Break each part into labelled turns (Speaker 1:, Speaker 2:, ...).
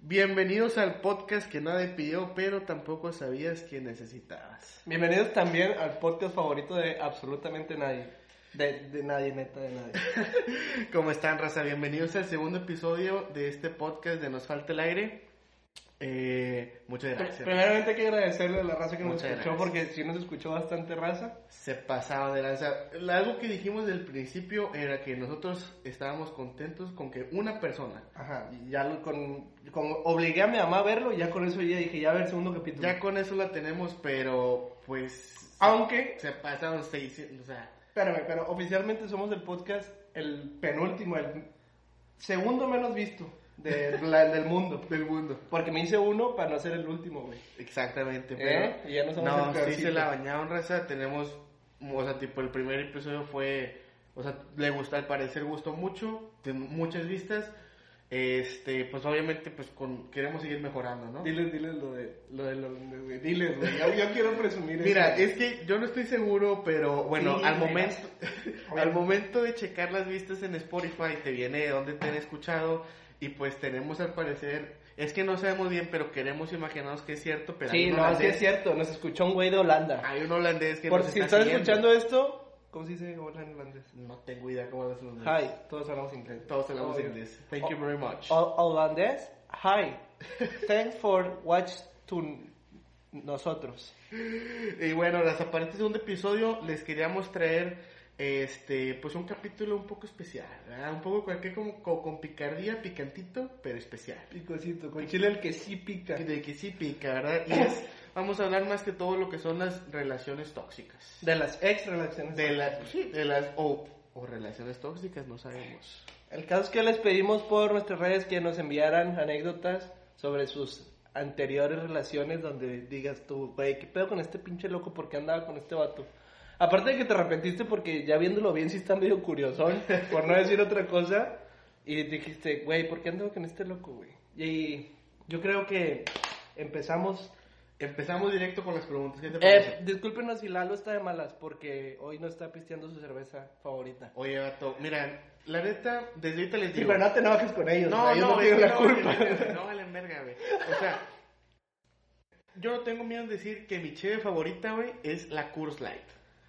Speaker 1: Bienvenidos al podcast que nadie pidió, pero tampoco sabías que necesitabas.
Speaker 2: Bienvenidos también al podcast favorito de absolutamente nadie. De, de nadie, neta, de nadie.
Speaker 1: ¿Cómo están, raza? Bienvenidos al segundo episodio de este podcast de Nos Falta el Aire. Eh, muchas
Speaker 2: Pr-
Speaker 1: gracias.
Speaker 2: Primeramente hay que agradecerle a la raza que nos
Speaker 1: Muchas
Speaker 2: escuchó,
Speaker 1: gracias.
Speaker 2: porque sí nos escuchó bastante raza.
Speaker 1: Se pasaron de lanza. Algo que dijimos del principio era que nosotros estábamos contentos con que una persona,
Speaker 2: Ajá, y ya lo- con, con- obligué a mi mamá a verlo y ya con eso ya dije, ya ver el segundo capítulo.
Speaker 1: ya con eso la tenemos, pero pues
Speaker 2: Ah. Aunque,
Speaker 1: se pasaron seis, o sea,
Speaker 2: espérame, pero oficialmente somos el podcast, el penúltimo, el segundo menos visto de, la- del mundo.
Speaker 1: del mundo.
Speaker 2: Porque me hice uno para no ser el último, güey.
Speaker 1: Exactamente,
Speaker 2: ¿Eh?
Speaker 1: pero
Speaker 2: Y ya nos vamos
Speaker 1: no,
Speaker 2: al
Speaker 1: sí
Speaker 2: peorcito.
Speaker 1: se la bañaron, raza, tenemos, o sea, tipo el primer episodio fue, o sea, le gustó, al parecer gustó mucho, tiene muchas vistas, este, pues obviamente, pues con, queremos seguir mejorando, ¿no?
Speaker 2: Diles, diles lo de, lo de los, güey. Diles, güey. Yo, yo quiero presumir
Speaker 1: Mira,
Speaker 2: eso.
Speaker 1: es que yo no estoy seguro, pero bueno,
Speaker 2: Sí,
Speaker 1: al
Speaker 2: mira.
Speaker 1: momento, al momento de checar las vistas en Spotify, te viene de dónde te han escuchado, y pues tenemos al parecer, es que no sabemos bien, pero queremos imaginarnos que es cierto, pero hay
Speaker 2: Sí,
Speaker 1: un
Speaker 2: no, sí
Speaker 1: holandés,
Speaker 2: es cierto. Nos escuchó un güey de Holanda.
Speaker 1: hay un holandés Ah, que
Speaker 2: Por
Speaker 1: nos
Speaker 2: si
Speaker 1: está
Speaker 2: están
Speaker 1: siguiendo.
Speaker 2: escuchando esto, ¿cómo se dice hola en holandés?
Speaker 1: No tengo idea cómo hablas holandés.
Speaker 2: Hi, todos hablamos inglés.
Speaker 1: Todos hablamos
Speaker 2: Obvio.
Speaker 1: inglés. Thank you very much.
Speaker 2: Ho- Holandés, hi. Thanks for watch to nosotros.
Speaker 1: Y bueno, las aparentes de segundo episodio les queríamos traer este pues un capítulo un poco especial, ¿verdad? Un poco cualquier como, co- con picardía, picantito, pero especial.
Speaker 2: Picocito, con chile el que sí pica.
Speaker 1: De que sí pica, ¿verdad? Y es vamos a hablar más que todo lo que son las relaciones tóxicas.
Speaker 2: De las ex relaciones.
Speaker 1: De las sí, de las o o relaciones tóxicas, no sabemos.
Speaker 2: El caso es que les pedimos por nuestras redes que nos enviaran anécdotas sobre sus anteriores relaciones donde digas tú, güey, ¿qué pedo con este pinche loco? ¿Por qué andaba con este vato? Aparte de que te arrepentiste porque ya viéndolo bien sí está medio curiosón, por no decir otra cosa, y dijiste, güey, ¿por qué andaba con este loco, güey? Y yo creo que empezamos...
Speaker 1: Empezamos directo con las preguntas. ¿Qué te parece?
Speaker 2: Eh, discúlpenos si Lalo está de malas porque hoy no está pisteando su cerveza favorita.
Speaker 1: Oye, vato, mira, la neta, desde ahorita les
Speaker 2: Sí,
Speaker 1: digo.
Speaker 2: pero no te enojes con ellos,
Speaker 1: No,
Speaker 2: ellos
Speaker 1: no,
Speaker 2: no
Speaker 1: es
Speaker 2: tienen
Speaker 1: que
Speaker 2: la
Speaker 1: no,
Speaker 2: culpa.
Speaker 1: güey, No valen verga, güey. O sea, yo no tengo miedo en decir que mi cheve favorita, güey, es la Curse Light.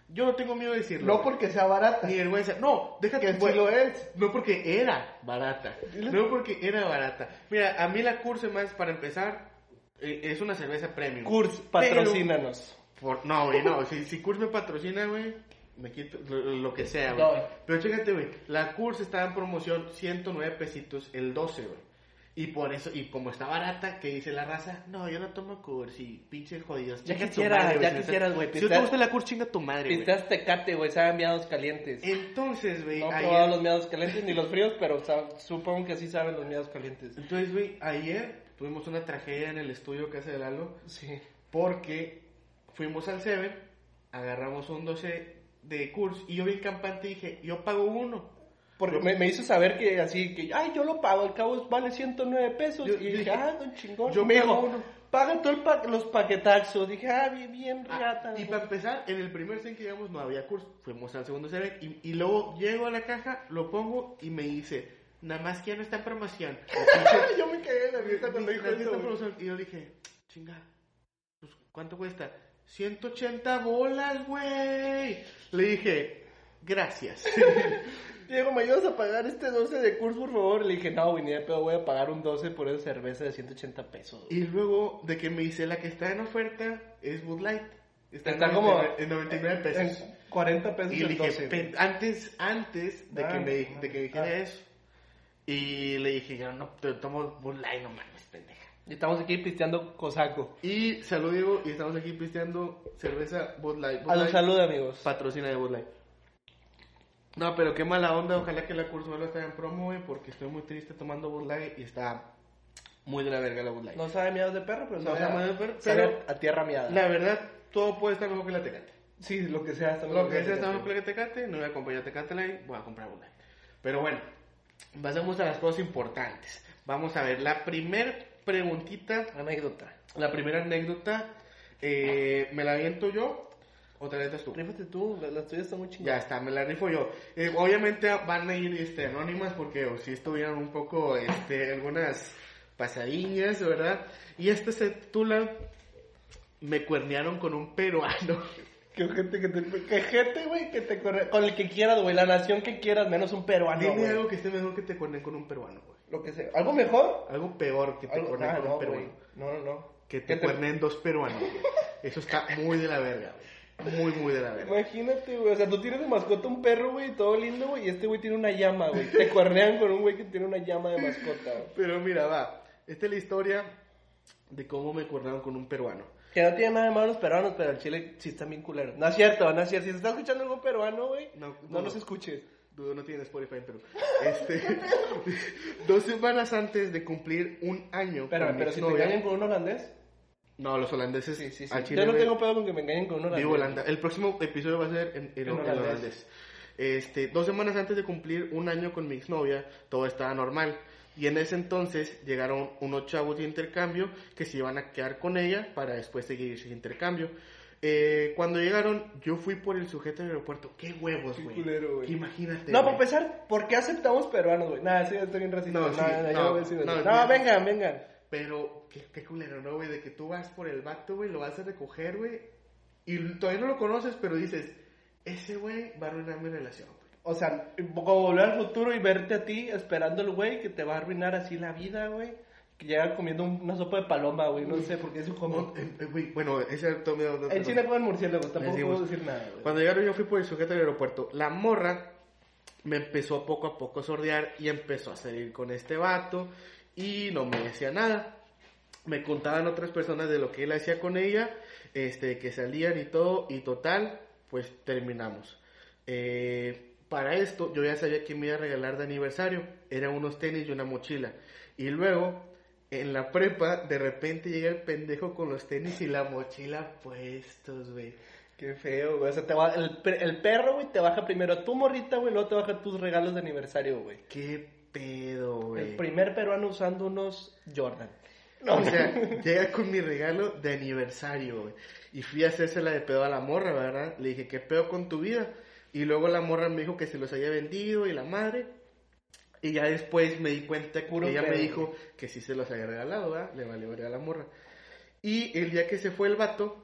Speaker 1: Yo no tengo miedo de decirlo.
Speaker 2: No
Speaker 1: güey.
Speaker 2: porque sea barata,
Speaker 1: Ni vergüenza. No, déjate.
Speaker 2: que sí
Speaker 1: güey,
Speaker 2: lo es.
Speaker 1: No porque era barata. No porque era barata. Mira, a mí la Curse más, para empezar, eh, es una cerveza premium.
Speaker 2: Kurz,
Speaker 1: Pero-
Speaker 2: patrocínanos.
Speaker 1: Por- no, güey, no. Si, si Curse me patrocina, güey, me quito lo, lo que sea, güey.
Speaker 2: No, güey.
Speaker 1: Pero chécate, güey. La Curse estaba en promoción 109 pesitos el 12, güey. Y por eso, y como está barata, que dice la raza, no, yo no tomo Curse y pinche jodidos.
Speaker 2: Ya
Speaker 1: chinga tu
Speaker 2: quisiera,
Speaker 1: madre, güey,
Speaker 2: ya
Speaker 1: si no te-
Speaker 2: quisieras, güey,
Speaker 1: Si no te
Speaker 2: pistear-
Speaker 1: gusta la Curse, chinga tu madre, güey.
Speaker 2: Pistas tecate, güey, saben miados calientes.
Speaker 1: Entonces, güey,
Speaker 2: No he
Speaker 1: ayer-
Speaker 2: probado los miados calientes ni los fríos, pero sab- supongo que sí saben los miados calientes.
Speaker 1: Entonces, güey, ayer tuvimos una tragedia en el estudio que hace de Lalo
Speaker 2: Sí.
Speaker 1: porque fuimos al Seven, agarramos un 12 de Curse y yo vi campante y dije, yo pago uno.
Speaker 2: Porque me, me hizo saber que así, que, ay, yo lo pago, al cabo vale 109 pesos.
Speaker 1: Yo-
Speaker 2: y
Speaker 1: yo
Speaker 2: dije,
Speaker 1: dije,
Speaker 2: ah, don chingón.
Speaker 1: yo
Speaker 2: Y me
Speaker 1: pago
Speaker 2: dijo,
Speaker 1: uno.
Speaker 2: paga todos los paquetaxos. Dije, ah, bien, bien,
Speaker 1: Ah,
Speaker 2: gata.
Speaker 1: y para empezar, en el primer zen que llegamos no había curso. Fuimos al segundo zen y, y luego llego a la caja, lo pongo y me dice, nada más que ya no está en promoción.
Speaker 2: yo me cagué en la fiesta cuando dijo
Speaker 1: Nada más que está
Speaker 2: eso,
Speaker 1: en
Speaker 2: güey.
Speaker 1: promoción. Y yo dije, chinga, pues, ¿cuánto cuesta? 180 bolas, güey. Le dije, gracias.
Speaker 2: Diego, ¿me ayudas a pagar este 12 de curso, por favor? Le dije, no, güey, ni de pedo, voy a pagar un 12 por esa cerveza de 180 pesos.
Speaker 1: y luego de que me dice, la que está en oferta es Bud Light. Está, en
Speaker 2: Está como
Speaker 1: 99 en 99 pesos.
Speaker 2: En 40 pesos
Speaker 1: Y le
Speaker 2: el
Speaker 1: dije,
Speaker 2: 12.
Speaker 1: "Pen- antes, antes de,
Speaker 2: Ah,
Speaker 1: que me,
Speaker 2: ah,
Speaker 1: de que me dijera
Speaker 2: ah.
Speaker 1: eso. Y le dije, yo no, te tomo Bud Light, no mames, pendeja.
Speaker 2: Y estamos aquí pisteando cosaco.
Speaker 1: Y salud, Diego, y estamos aquí pisteando cerveza Bud Light. Bud
Speaker 2: A los
Speaker 1: Light,
Speaker 2: salud, amigos.
Speaker 1: Patrocina de Bud Light. No, pero qué mala onda, ojalá que la cursuela esté en promo, güey, porque estoy muy triste tomando Bud Light y está muy de la verga la Bud Light.
Speaker 2: No sabe miados de perro, pero
Speaker 1: No
Speaker 2: sabe,
Speaker 1: sabe
Speaker 2: a,
Speaker 1: miados de perro,
Speaker 2: sabe
Speaker 1: pero-
Speaker 2: a tierra miada.
Speaker 1: La verdad, todo puede estar mejor que la Tecate.
Speaker 2: Sí, lo que sea. está
Speaker 1: Lo
Speaker 2: mejor
Speaker 1: que sea,
Speaker 2: la
Speaker 1: está
Speaker 2: tierra.
Speaker 1: mejor que Tecate, no voy a comprar Tecate Light, voy a comprar una. Pero bueno, pasemos a las cosas importantes. Vamos a ver, la primer preguntita,
Speaker 2: Anécdota.
Speaker 1: la primera anécdota, eh, me la aviento yo, o te la avientas tú.
Speaker 2: Rífate tú, la- las tuyas están muy chingadas.
Speaker 1: Ya está, me la rifo yo. Eh, obviamente van a ir este, anónimas porque si estuvieron un poco, este, algunas pasadiñas, ¿verdad? Y este esta se titula Me cuernearon con un peruano.
Speaker 2: Qué gente que te. Qué gente, güey, que te corre. Con el que quieras, güey. La nación que quieras, menos un peruano,
Speaker 1: Dime
Speaker 2: Ah, güey.
Speaker 1: algo que esté mejor que te cuernen con un peruano, güey.
Speaker 2: Lo que sea. ¿Algo mejor?
Speaker 1: Algo peor que te
Speaker 2: Algo-
Speaker 1: cuernen
Speaker 2: ah,
Speaker 1: con
Speaker 2: no,
Speaker 1: un peruano.
Speaker 2: güey. No, no, no.
Speaker 1: Que te cuernen dos peruanos, güey. Eso está muy de la verga, güey. Muy, muy de la verga.
Speaker 2: Imagínate, güey. O sea, tú tienes de mascota un perro, güey, todo lindo, güey. Y este güey tiene una llama, güey. Te cuernean con un güey que tiene una llama de mascota, güey.
Speaker 1: Pero mira, va. Esta es la historia de cómo me cuernaron con un peruano.
Speaker 2: Que no tiene nada de malo los peruanos, pero el chile sí está bien culero. No es cierto, no es cierto. Si te está escuchando algún peruano, güey,
Speaker 1: No,
Speaker 2: no,
Speaker 1: no.
Speaker 2: nos escuches.
Speaker 1: Dudo, no tiene Spotify pero Este, dos semanas antes de cumplir un año.
Speaker 2: Pero,
Speaker 1: con mi
Speaker 2: pero si te
Speaker 1: exnovia-
Speaker 2: engañan con un holandés.
Speaker 1: No, los holandeses.
Speaker 2: Sí, sí, sí.
Speaker 1: al chile
Speaker 2: Yo no
Speaker 1: me-
Speaker 2: tengo pedo con que me engañen con un holandés.
Speaker 1: Vivo Holanda. El próximo episodio va a ser en, en-
Speaker 2: En
Speaker 1: en
Speaker 2: holandés.
Speaker 1: holandés. Este, dos semanas antes de cumplir un año con mi exnovia, todo estaba normal. Y en ese entonces llegaron unos chavos de intercambio que se iban a quedar con ella para después seguir ese intercambio. Eh, cuando llegaron, yo fui por el sujeto del aeropuerto. ¡Qué huevos,
Speaker 2: Qué
Speaker 1: güey!
Speaker 2: culero, güey.
Speaker 1: Imagínate.
Speaker 2: No, para
Speaker 1: güey.
Speaker 2: empezar, ¿por qué aceptamos peruanos, güey? Nada, sí, estoy bien racista. No,
Speaker 1: No,
Speaker 2: no,
Speaker 1: sí,
Speaker 2: no, yo
Speaker 1: no,
Speaker 2: voy a decir eso.
Speaker 1: no,
Speaker 2: No,
Speaker 1: sí.
Speaker 2: vengan, vengan.
Speaker 1: pues- Pero, qué, qué culero, ¿no, güey? De que tú vas por el vato, güey, lo vas a recoger, güey. Y todavía no lo conoces, pero dices, ese güey va a arruinar mi relación, güey.
Speaker 2: O sea, como volver al futuro y verte a ti esperando el güey que te va a arruinar así la vida, güey. Que llega comiendo un- una sopa de paloma, güey. No sé por qué eso como.
Speaker 1: No, eh, eh, güey, bueno, ese era todo mi- otro-
Speaker 2: En Chile comen murciélagos,
Speaker 1: Les
Speaker 2: tampoco
Speaker 1: digo,
Speaker 2: puedo decir nada, güey.
Speaker 1: Cuando llegaron yo fui por el sujeto del aeropuerto. La morra me empezó poco a poco a sordear y empezó a salir con este vato y no me decía nada. Me contaban otras personas de lo que él hacía con ella, este, que salían y todo, y total, pues terminamos. Eh, para esto yo ya sabía que me iba a regalar de aniversario, eran unos tenis y una mochila. Y luego, en la prepa, de repente llega el pendejo con los tenis y la mochila puestos, güey.
Speaker 2: Qué feo, güey. O sea, te va- el, per- el perro, güey, te baja primero a tu morrita, güey, luego te baja tus regalos de aniversario, güey.
Speaker 1: ¿Qué pedo,
Speaker 2: El
Speaker 1: güey?
Speaker 2: primer peruano usando unos Jordan.
Speaker 1: O sea, llega con mi regalo de aniversario, güey. Y fui a hacérsela de pedo a la morra, ¿verdad? Le dije, ¿qué pedo con tu vida? Y luego la morra me dijo que se los había vendido y la madre. Y ya después me di cuenta que
Speaker 2: Puro
Speaker 1: ella me
Speaker 2: pedo,
Speaker 1: dijo que sí se los había regalado, ¿verdad? Le valió verga a la morra. Y el día que se fue el vato,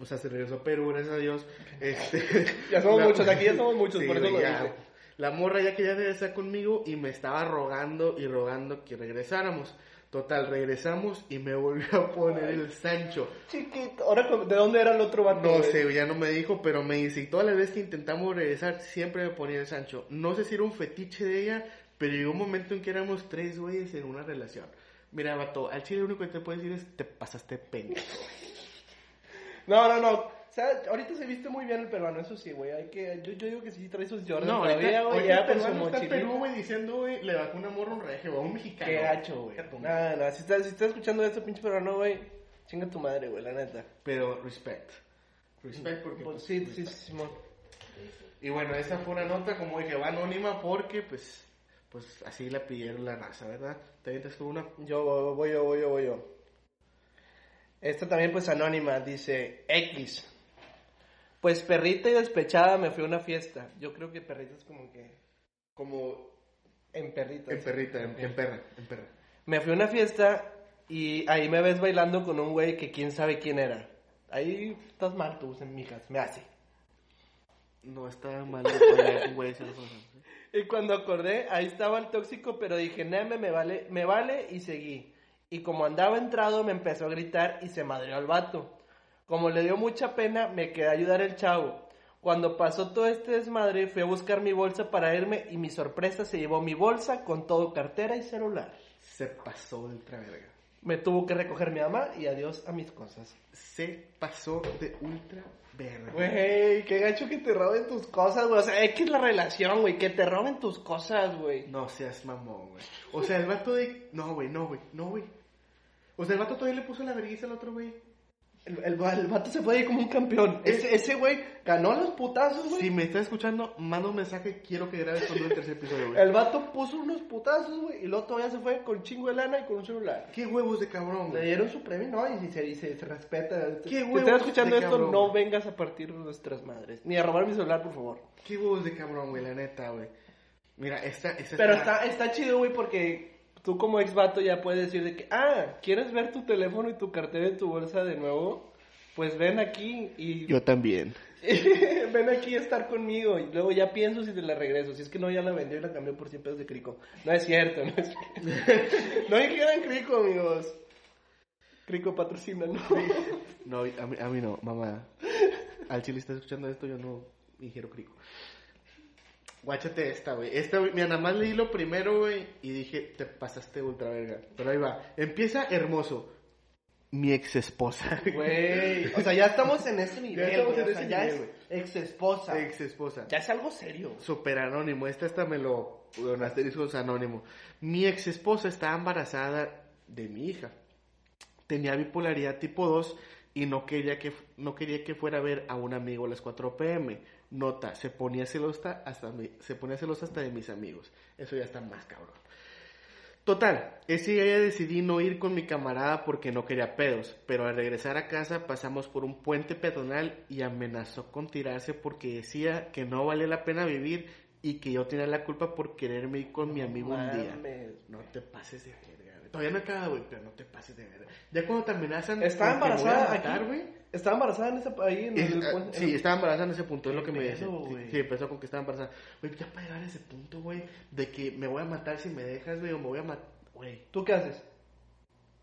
Speaker 1: o sea, se regresó a Perú, gracias a Dios. Este,
Speaker 2: Ya somos
Speaker 1: la-
Speaker 2: muchos, aquí ya somos muchos,
Speaker 1: Sí,
Speaker 2: por eso
Speaker 1: güey,
Speaker 2: lo
Speaker 1: ya.
Speaker 2: dije.
Speaker 1: La morra ya quería regresar conmigo y me estaba rogando y rogando que regresáramos. Total, regresamos y me volvió a poner el Sancho.
Speaker 2: Chiquito. Ahora, ¿de dónde era el otro vato?
Speaker 1: No
Speaker 2: güey?
Speaker 1: sé, ya no me dijo, pero me dice, y todas las veces que intentamos regresar, siempre me ponía el Sancho. No sé si era un fetiche de ella, pero llegó un momento en que éramos tres güeyes en una relación. Mira, vato, al chile lo único que te puedo decir es, te pasaste pendejo.
Speaker 2: No, no, no. O sea, ahorita se viste muy bien el peruano, eso sí, güey. Hay que, yo, yo digo que sí trae sus Jordan
Speaker 1: No,
Speaker 2: todavía,
Speaker 1: ahorita,
Speaker 2: güey.
Speaker 1: ahorita
Speaker 2: Ya
Speaker 1: el
Speaker 2: con su
Speaker 1: peruano está en
Speaker 2: mochilita.
Speaker 1: Perú, güey, diciendo, güey, le vacuna una morra a un regio, a un mexicano.
Speaker 2: Qué gacho, güey. Nada, nada. Si estás, si estás escuchando esto, pinche peruano, güey, chinga tu madre, güey, la neta.
Speaker 1: Pero respect. Respect porque...
Speaker 2: Pues
Speaker 1: pues,
Speaker 2: sí,
Speaker 1: respect.
Speaker 2: sí, sí, Simón.
Speaker 1: Y bueno, esa fue una nota, como dije, va anónima porque, pues, pues así la pidieron la NASA, ¿verdad? ¿Te avientas tú una?
Speaker 2: Yo voy, yo voy, yo voy, yo. Esta también pues anónima, dice X. Pues perrita y despechada me fui a una fiesta. Yo creo que perrita es como que
Speaker 1: Como
Speaker 2: en perrita.
Speaker 1: en
Speaker 2: sí.
Speaker 1: perrita, en, en perra, en perra.
Speaker 2: Me fui a una fiesta y ahí me ves bailando con un güey que quién sabe quién era. Ahí estás mal tú, en mijas, me hace.
Speaker 1: No, está mal. güey, ¿eh? güey, se lo juro.
Speaker 2: Y cuando acordé, ahí estaba el tóxico, pero dije, neme, me vale, me vale y seguí. Y como andaba entrado, me empezó a gritar y se madreó al vato. Como le dio mucha pena, me quedé a ayudar el chavo. Cuando pasó todo este desmadre, fui a buscar mi bolsa para irme y mi sorpresa se llevó mi bolsa con todo cartera y celular.
Speaker 1: Se pasó de ultra verga.
Speaker 2: Me tuvo que recoger mi mamá y adiós a mis cosas.
Speaker 1: Se pasó de ultra verga.
Speaker 2: Güey, qué gacho que te roben tus cosas, güey. O sea, es que es la relación, güey, que te roben tus cosas, güey.
Speaker 1: No seas mamón, güey. O sea, el vato de... No, güey, no, güey, no, güey. O sea, el vato todavía le puso la vergüenza al otro güey.
Speaker 2: El, el, va- el vato se fue ahí como un campeón. Ese ese güey ganó los putazos, güey.
Speaker 1: Si me estás escuchando, manda un mensaje. Quiero que grabes conmigo el tercer episodio, güey.
Speaker 2: El vato puso unos putazos, güey. Y luego todavía se fue con chingo de lana y con un celular.
Speaker 1: Qué huevos de cabrón,
Speaker 2: Le
Speaker 1: güey.
Speaker 2: dieron su premio, ¿no? Y si se, y se, se respeta.
Speaker 1: Qué
Speaker 2: Si
Speaker 1: huevos
Speaker 2: estás escuchando
Speaker 1: de
Speaker 2: esto,
Speaker 1: cabrón.
Speaker 2: no vengas a partir de nuestras madres. Ni a robar mi celular, por favor.
Speaker 1: Qué huevos de cabrón, güey, la neta, güey. Mira, esta, esta
Speaker 2: Pero está, está chido, güey, porque tú como ex vato ya puedes decir de que, ah, ¿quieres ver tu teléfono y tu cartera y tu bolsa de nuevo? Pues ven aquí y
Speaker 1: Yo también.
Speaker 2: ven aquí a estar conmigo. Y luego ya pienso si te la regreso. Si es que no, ya la vendió y la cambió por 100 pesos de crico. No es cierto, no es cierto. no dijeran crico, amigos. Crico patrocina, ¿no?
Speaker 1: No, a mí, a mí no, mamá. Al chile está escuchando esto, yo no ingiero crico. Guáchate esta, güey. Esta, güey, mira, nada más leí lo primero, güey, y dije, te pasaste ultra verga. Pero ahí va. Empieza hermoso. Mi ex esposa.
Speaker 2: Güey. O sea, ya estamos en ese nivel.
Speaker 1: estamos
Speaker 2: güey,
Speaker 1: en
Speaker 2: o sea,
Speaker 1: ese
Speaker 2: ya
Speaker 1: nivel,
Speaker 2: es ex esposa.
Speaker 1: Ex esposa.
Speaker 2: Ya es algo serio.
Speaker 1: Super anónimo. Esta esta me lo. Un asterisco es anónimo. Mi ex esposa estaba embarazada de mi hija. Tenía bipolaridad tipo 2 y no quería que, no quería que fuera a ver a un amigo a las 4 pm. Nota, se ponía celosa hasta, mi- se ponía celosa hasta de mis amigos. Eso ya está más cabrón. Total, ese día ya decidí no ir con mi camarada porque no quería pedos, pero al regresar a casa pasamos por un puente peatonal y amenazó con tirarse porque decía que no valía la pena vivir y que yo tenía la culpa por quererme ir con mi amigo un día.
Speaker 2: Mames.
Speaker 1: No te pases de verga, güey. Todavía no acaba, güey, pero no te pases de verga. Ya cuando te amenazan, con
Speaker 2: Estaba
Speaker 1: que voy
Speaker 2: embarazada
Speaker 1: a matar,
Speaker 2: aquí.
Speaker 1: güey.
Speaker 2: Estaba embarazada en ese país. En
Speaker 1: Eh,
Speaker 2: el-
Speaker 1: ah,
Speaker 2: en-
Speaker 1: sí, estaba embarazada en ese punto, es lo que me
Speaker 2: pedo,
Speaker 1: dice.
Speaker 2: güey.
Speaker 1: Sí, sí, empezó con que estaba embarazada. Güey, ya para llegar a ese punto, güey, de que me voy a matar si me dejas, güey, o me voy a matar, güey.
Speaker 2: ¿Tú qué haces?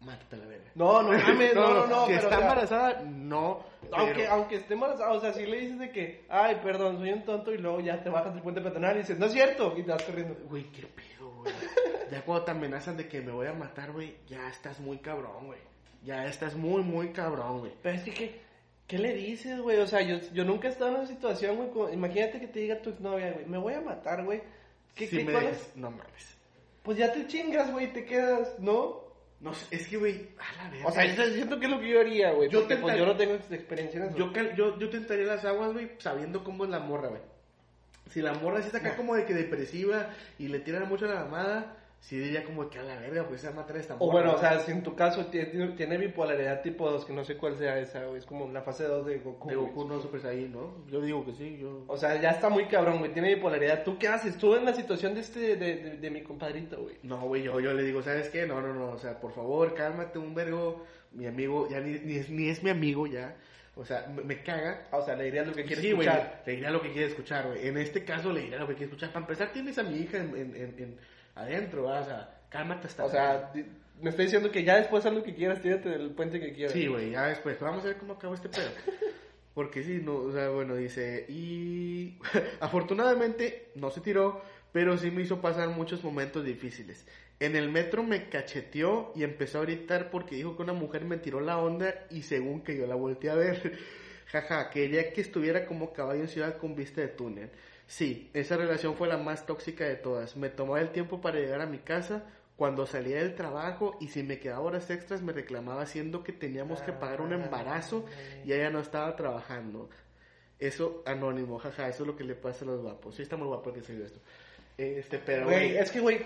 Speaker 1: Mátate la verga.
Speaker 2: No, no mames, no, no, no.
Speaker 1: Si
Speaker 2: pero,
Speaker 1: está
Speaker 2: o sea,
Speaker 1: embarazada, no.
Speaker 2: aunque,
Speaker 1: pero-
Speaker 2: aunque esté embarazada, o sea, si le dices de que, ay, perdón, soy un tonto, y luego ya te bajas del puente peatonal y dices, no es cierto, y te vas corriendo.
Speaker 1: Güey, qué pedo, güey. ya cuando te amenazan de que me voy a matar, güey, ya estás muy cabrón, güey. Ya estás muy, muy cabrón, güey.
Speaker 2: Pero es que, ¿qué, qué le dices, güey? O sea, yo, yo nunca he estado en una situación, güey, como- imagínate que te diga tu exnovia, güey, me voy a matar, güey. ¿Qué,
Speaker 1: Si
Speaker 2: qué-
Speaker 1: me
Speaker 2: cuál
Speaker 1: dejas-
Speaker 2: es?
Speaker 1: No mames.
Speaker 2: Pues ya te chingas, güey, te quedas, ¿no?
Speaker 1: No, sé, es que, güey, a la verga.
Speaker 2: O sea, yo siento que es lo que yo haría, güey,
Speaker 1: Yo
Speaker 2: porque pues,
Speaker 1: tentaría-
Speaker 2: yo no tengo ex- experiencia en eso.
Speaker 1: Yo, cal- yo, yo tentaría las aguas, güey, sabiendo cómo es la morra, güey. Si la morra sí está acá como de que depresiva y le tiran mucho la mamada, sí diría como que a la verga, pues se va a matar a esta morra.
Speaker 2: O bueno, o
Speaker 1: güey.
Speaker 2: sea, si en tu caso tiene, tiene bipolaridad tipo 2, que no sé cuál sea esa, güey, es como la fase 2 de Goku.
Speaker 1: de
Speaker 2: güey.
Speaker 1: Goku no Super Saiyan, ¿no? Yo digo que sí, yo...
Speaker 2: O sea, ya está muy cabrón, güey, tiene bipolaridad. ¿Tú qué haces? Tú en la situación de este, de, de, de mi compadrito, güey.
Speaker 1: No, güey, yo, yo le digo, ¿sabes qué? No, no, no, o sea, por favor, cálmate un vergo, mi amigo, ya ni, ni es, ni es mi amigo ya, o sea, me, me caga.
Speaker 2: O sea, le dirías lo que quieres
Speaker 1: Sí, güey,
Speaker 2: escuchar.
Speaker 1: le dirá lo que quiere escuchar, güey, en este caso le dirá lo que quiere escuchar. Para empezar, tienes a mi hija en, en, en, en- adentro, ¿verdad? o sea, cálmate hasta...
Speaker 2: O sea, di- me está diciendo que ya después haz lo que quieras, tírate del puente que quieras.
Speaker 1: Sí, güey, ya después. Vamos a ver cómo acabó este pedo. Porque sí, no, o sea, bueno, dice, y afortunadamente no se tiró, pero sí me hizo pasar muchos momentos difíciles. En el metro me cacheteó y empezó a gritar porque dijo que una mujer me tiró la onda y según que yo la volteé a ver. Jaja, quería que estuviera como caballo en ciudad con vista de túnel. Sí, esa relación fue la más tóxica de todas. Me tomaba el tiempo para llegar a mi casa, cuando salía del trabajo y si me quedaba horas extras me reclamaba haciendo que teníamos que pagar
Speaker 2: Ah,
Speaker 1: un embarazo y ella no estaba trabajando. Eso anónimo, jaja, eso es lo que le pasa a los guapos. Sí está muy guapo el que se dio esto. Este, pero
Speaker 2: Güey,
Speaker 1: güey,
Speaker 2: es que, güey,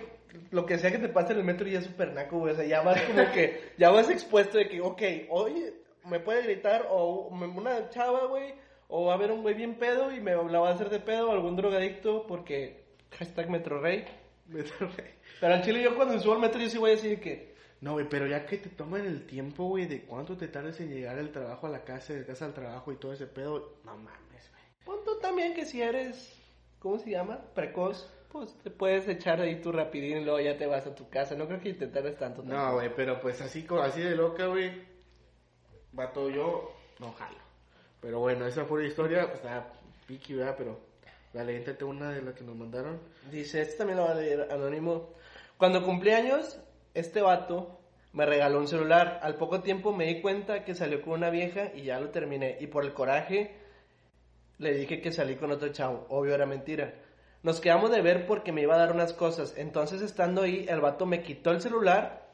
Speaker 2: lo que sea que te pase en el metro ya es súper naco, güey. O sea, ya vas como que, ya vas expuesto de que, ok, oye, me puede gritar o me- una chava, güey, o va a haber un güey bien pedo y me la va a hacer de pedo o algún drogadicto porque hashtag metro rey.
Speaker 1: me tardé.
Speaker 2: Pero al chile yo cuando me subo al metro yo sí voy a decir que,
Speaker 1: No, güey, pero ya que te toman el tiempo, güey, de cuánto te tardas en llegar al trabajo a la casa, de casa al trabajo y todo ese pedo, no mames, güey.
Speaker 2: pon tú también que si eres, ¿cómo se llama? Precoz. Pues te puedes echar ahí tu rapidín y luego ya te vas a tu casa. No creo que te tardes tanto.
Speaker 1: No, güey, pero pues así, co- así de loca, güey. Vato yo, no jalo. Pero bueno, esa fue la historia. Pues estaba piqui, ¿verdad? Pero dale, éntate una de las que nos mandaron.
Speaker 2: Dice, este también lo va a leer anónimo. Cuando cumplí años, este vato me regaló un celular. Al poco tiempo me di cuenta que salió con una vieja y ya lo terminé. Y por el coraje le dije que salí con otro chavo. Obvio era mentira. Nos quedamos de ver porque me iba a dar unas cosas. Entonces estando ahí, el vato me quitó el celular.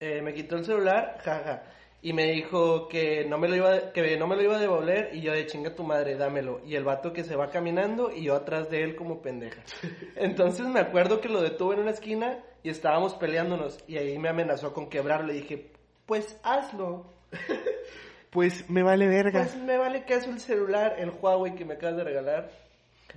Speaker 2: Eh, me quitó el celular, jaja. Y me dijo que no me lo iba, que no me lo iba a devolver y yo de chinga tu madre, dámelo. Y el vato que se va caminando y yo atrás de él como pendeja. Entonces me acuerdo que lo detuve en una esquina y estábamos peleándonos y ahí me amenazó con quebrarlo. Le dije, pues hazlo.
Speaker 1: Pues me vale verga.
Speaker 2: Pues me vale que es el celular, el Huawei que me acabas de regalar.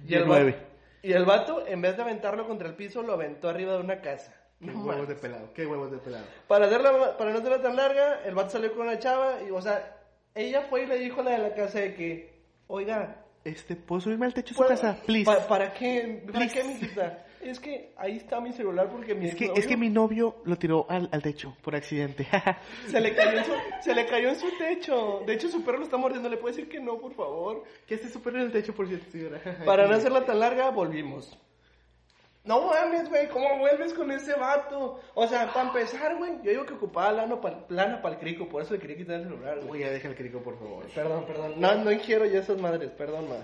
Speaker 1: Y el nueve.
Speaker 2: vato- Y el vato, en vez de aventarlo contra el piso, lo aventó arriba de una casa.
Speaker 1: Qué
Speaker 2: No
Speaker 1: huevos de
Speaker 2: mames.
Speaker 1: pelado, qué huevos de pelado.
Speaker 2: Para, hacerla- para no hacerla tan larga, el vato salió con una chava y, o sea, ella fue y le dijo a la de la casa de que, oiga,
Speaker 1: Este, ¿puedo subirme al techo de su
Speaker 2: bueno,
Speaker 1: casa? Please.
Speaker 2: pa- ¿Para qué? ¿Para
Speaker 1: Please.
Speaker 2: qué, mijita? Es que ahí está mi celular porque mi
Speaker 1: es, que,
Speaker 2: novio
Speaker 1: es que mi novio lo tiró al, al techo por accidente.
Speaker 2: se, le cayó en su, se le cayó en su techo. De hecho, su perro lo está mordiendo. ¿Le puede decir que no, por favor?
Speaker 1: que esté súper en el techo, por cierto, señora.
Speaker 2: Para no hacerla tan larga, volvimos. No mames, güey, ¿cómo vuelves con ese vato? O sea, para empezar, güey, yo digo que ocupaba lana para lana el crico, por eso le quería quitar el celular, güey.
Speaker 1: Uy, ya deja el crico, por favor.
Speaker 2: Perdón, perdón. No, no quiero yo esas madres, perdón, ma.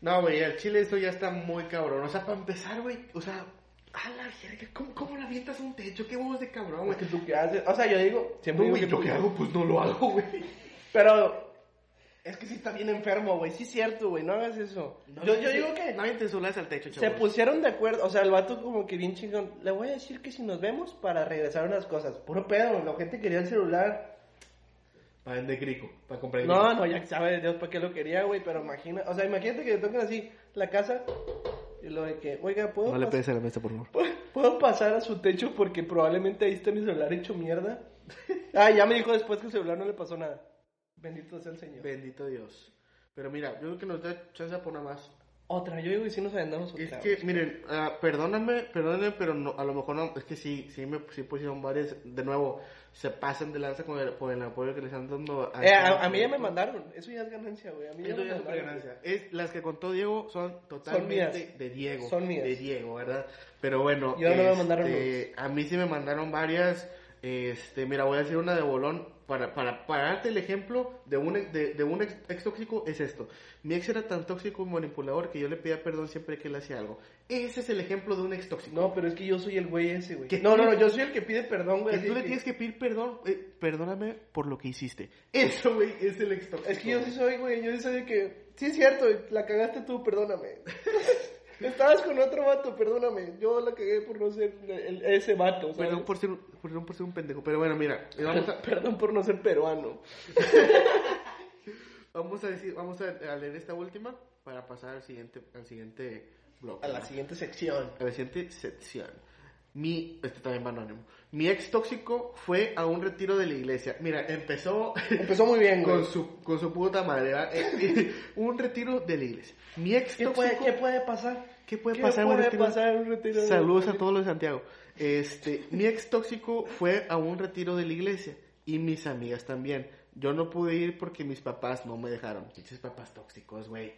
Speaker 1: No, güey, al chile eso ya está muy cabrón. O sea, para empezar, güey, o sea, a la verga, ¿cómo, cómo le avientas un techo? ¿Qué huevos de cabrón,
Speaker 2: Es
Speaker 1: güey?
Speaker 2: que tú qué haces. O sea, yo digo, siempre
Speaker 1: No, güey,
Speaker 2: digo que
Speaker 1: yo
Speaker 2: tú-
Speaker 1: qué hago, pues no lo hago, güey.
Speaker 2: Pero es que sí está bien enfermo, güey. Sí es cierto, güey, no hagas eso. yo yo digo que
Speaker 1: No avientes solas al techo,
Speaker 2: se
Speaker 1: chavos.
Speaker 2: pusieron de acuerdo, o sea, el vato como que bien chingón, le voy a decir que si nos vemos para regresar unas cosas. Puro pedo, la gente quería el celular.
Speaker 1: Para vender crico, para comprar
Speaker 2: No, no, ya sabe Dios para qué lo quería, güey, pero imagina, o sea, imagínate que le toquen así la casa y lo de que, oiga, ¿puedo,
Speaker 1: No le
Speaker 2: pas-
Speaker 1: pegues a la mesa, por favor.
Speaker 2: ¿puedo pasar a su techo porque probablemente ahí está mi celular hecho mierda? ah, ya me dijo después que el celular no le pasó nada. Bendito sea el Señor.
Speaker 1: Bendito Dios. Pero mira, yo creo que nos da chance por nada más.
Speaker 2: otra, yo digo, y si nos andamos otra.
Speaker 1: Es
Speaker 2: güey.
Speaker 1: que, miren, ah, perdóname, perdónenme, pero no, a lo mejor no, es que sí, sí me sí pusieron varias, de nuevo, se pasan de lanza con el, por el apoyo que les están dando este
Speaker 2: Eh, a, a mí ya me mandaron, eso ya es ganancia, güey. A mí
Speaker 1: Esto
Speaker 2: me
Speaker 1: ya es
Speaker 2: mandaron.
Speaker 1: superganancia. Es, las que contó Diego son totalmente
Speaker 2: mías.
Speaker 1: de Diego.
Speaker 2: Son mías.
Speaker 1: De Diego, ¿verdad? Pero bueno,
Speaker 2: Yo no me mandaron
Speaker 1: este, a mí sí me mandaron varias. Este, mira, voy a decir una de bolón. Para, para, para darte el ejemplo de un, ex- de, de un ex, ex tóxico es esto. Mi ex era tan tóxico y manipulador que yo le pedía perdón siempre que él hacía algo. Ese es el ejemplo de un ex tóxico.
Speaker 2: No, pero es que yo soy el güey ese, güey.
Speaker 1: Que
Speaker 2: No,
Speaker 1: tú
Speaker 2: no,
Speaker 1: le-
Speaker 2: no, yo soy el que pide perdón, güey.
Speaker 1: Que
Speaker 2: así
Speaker 1: tú le
Speaker 2: que-
Speaker 1: tienes que pedir perdón, eh, perdóname por lo que hiciste. Eso, güey, es el ex tóxico.
Speaker 2: Es que yo sí
Speaker 1: güey.
Speaker 2: soy, güey, yo sí soy de que, sí es cierto, la cagaste tú, perdóname. Estabas con otro vato, perdóname. Yo la cagué por no ser el- ese vato. ¿sabes?
Speaker 1: Perdón por, ser, un- perdón por ser un pendejo. Pero bueno, mira, vamos a,
Speaker 2: Perdón por no ser peruano.
Speaker 1: Vamos a decir, vamos a, a leer esta última para pasar al siguiente, al siguiente bloque.
Speaker 2: A la siguiente sección.
Speaker 1: A la siguiente sección. Mi, este también va anónimo. Mi ex tóxico fue a un retiro de la iglesia. Mira, empezó
Speaker 2: Empezó muy bien, güey.
Speaker 1: con su, con su puta madre, ¿verdad? un retiro de la iglesia. Mi ex
Speaker 2: ¿Qué
Speaker 1: tóxico.
Speaker 2: puede, ¿Qué puede pasar?
Speaker 1: ¿Qué puede pasar en un
Speaker 2: puede
Speaker 1: retiro?
Speaker 2: pasar en un retiro de-
Speaker 1: Saludos a todos los de Santiago. Este, mi ex tóxico fue a un retiro de la iglesia y mis amigas también. Yo no pude ir porque mis papás no me dejaron. Pinches papás tóxicos, güey.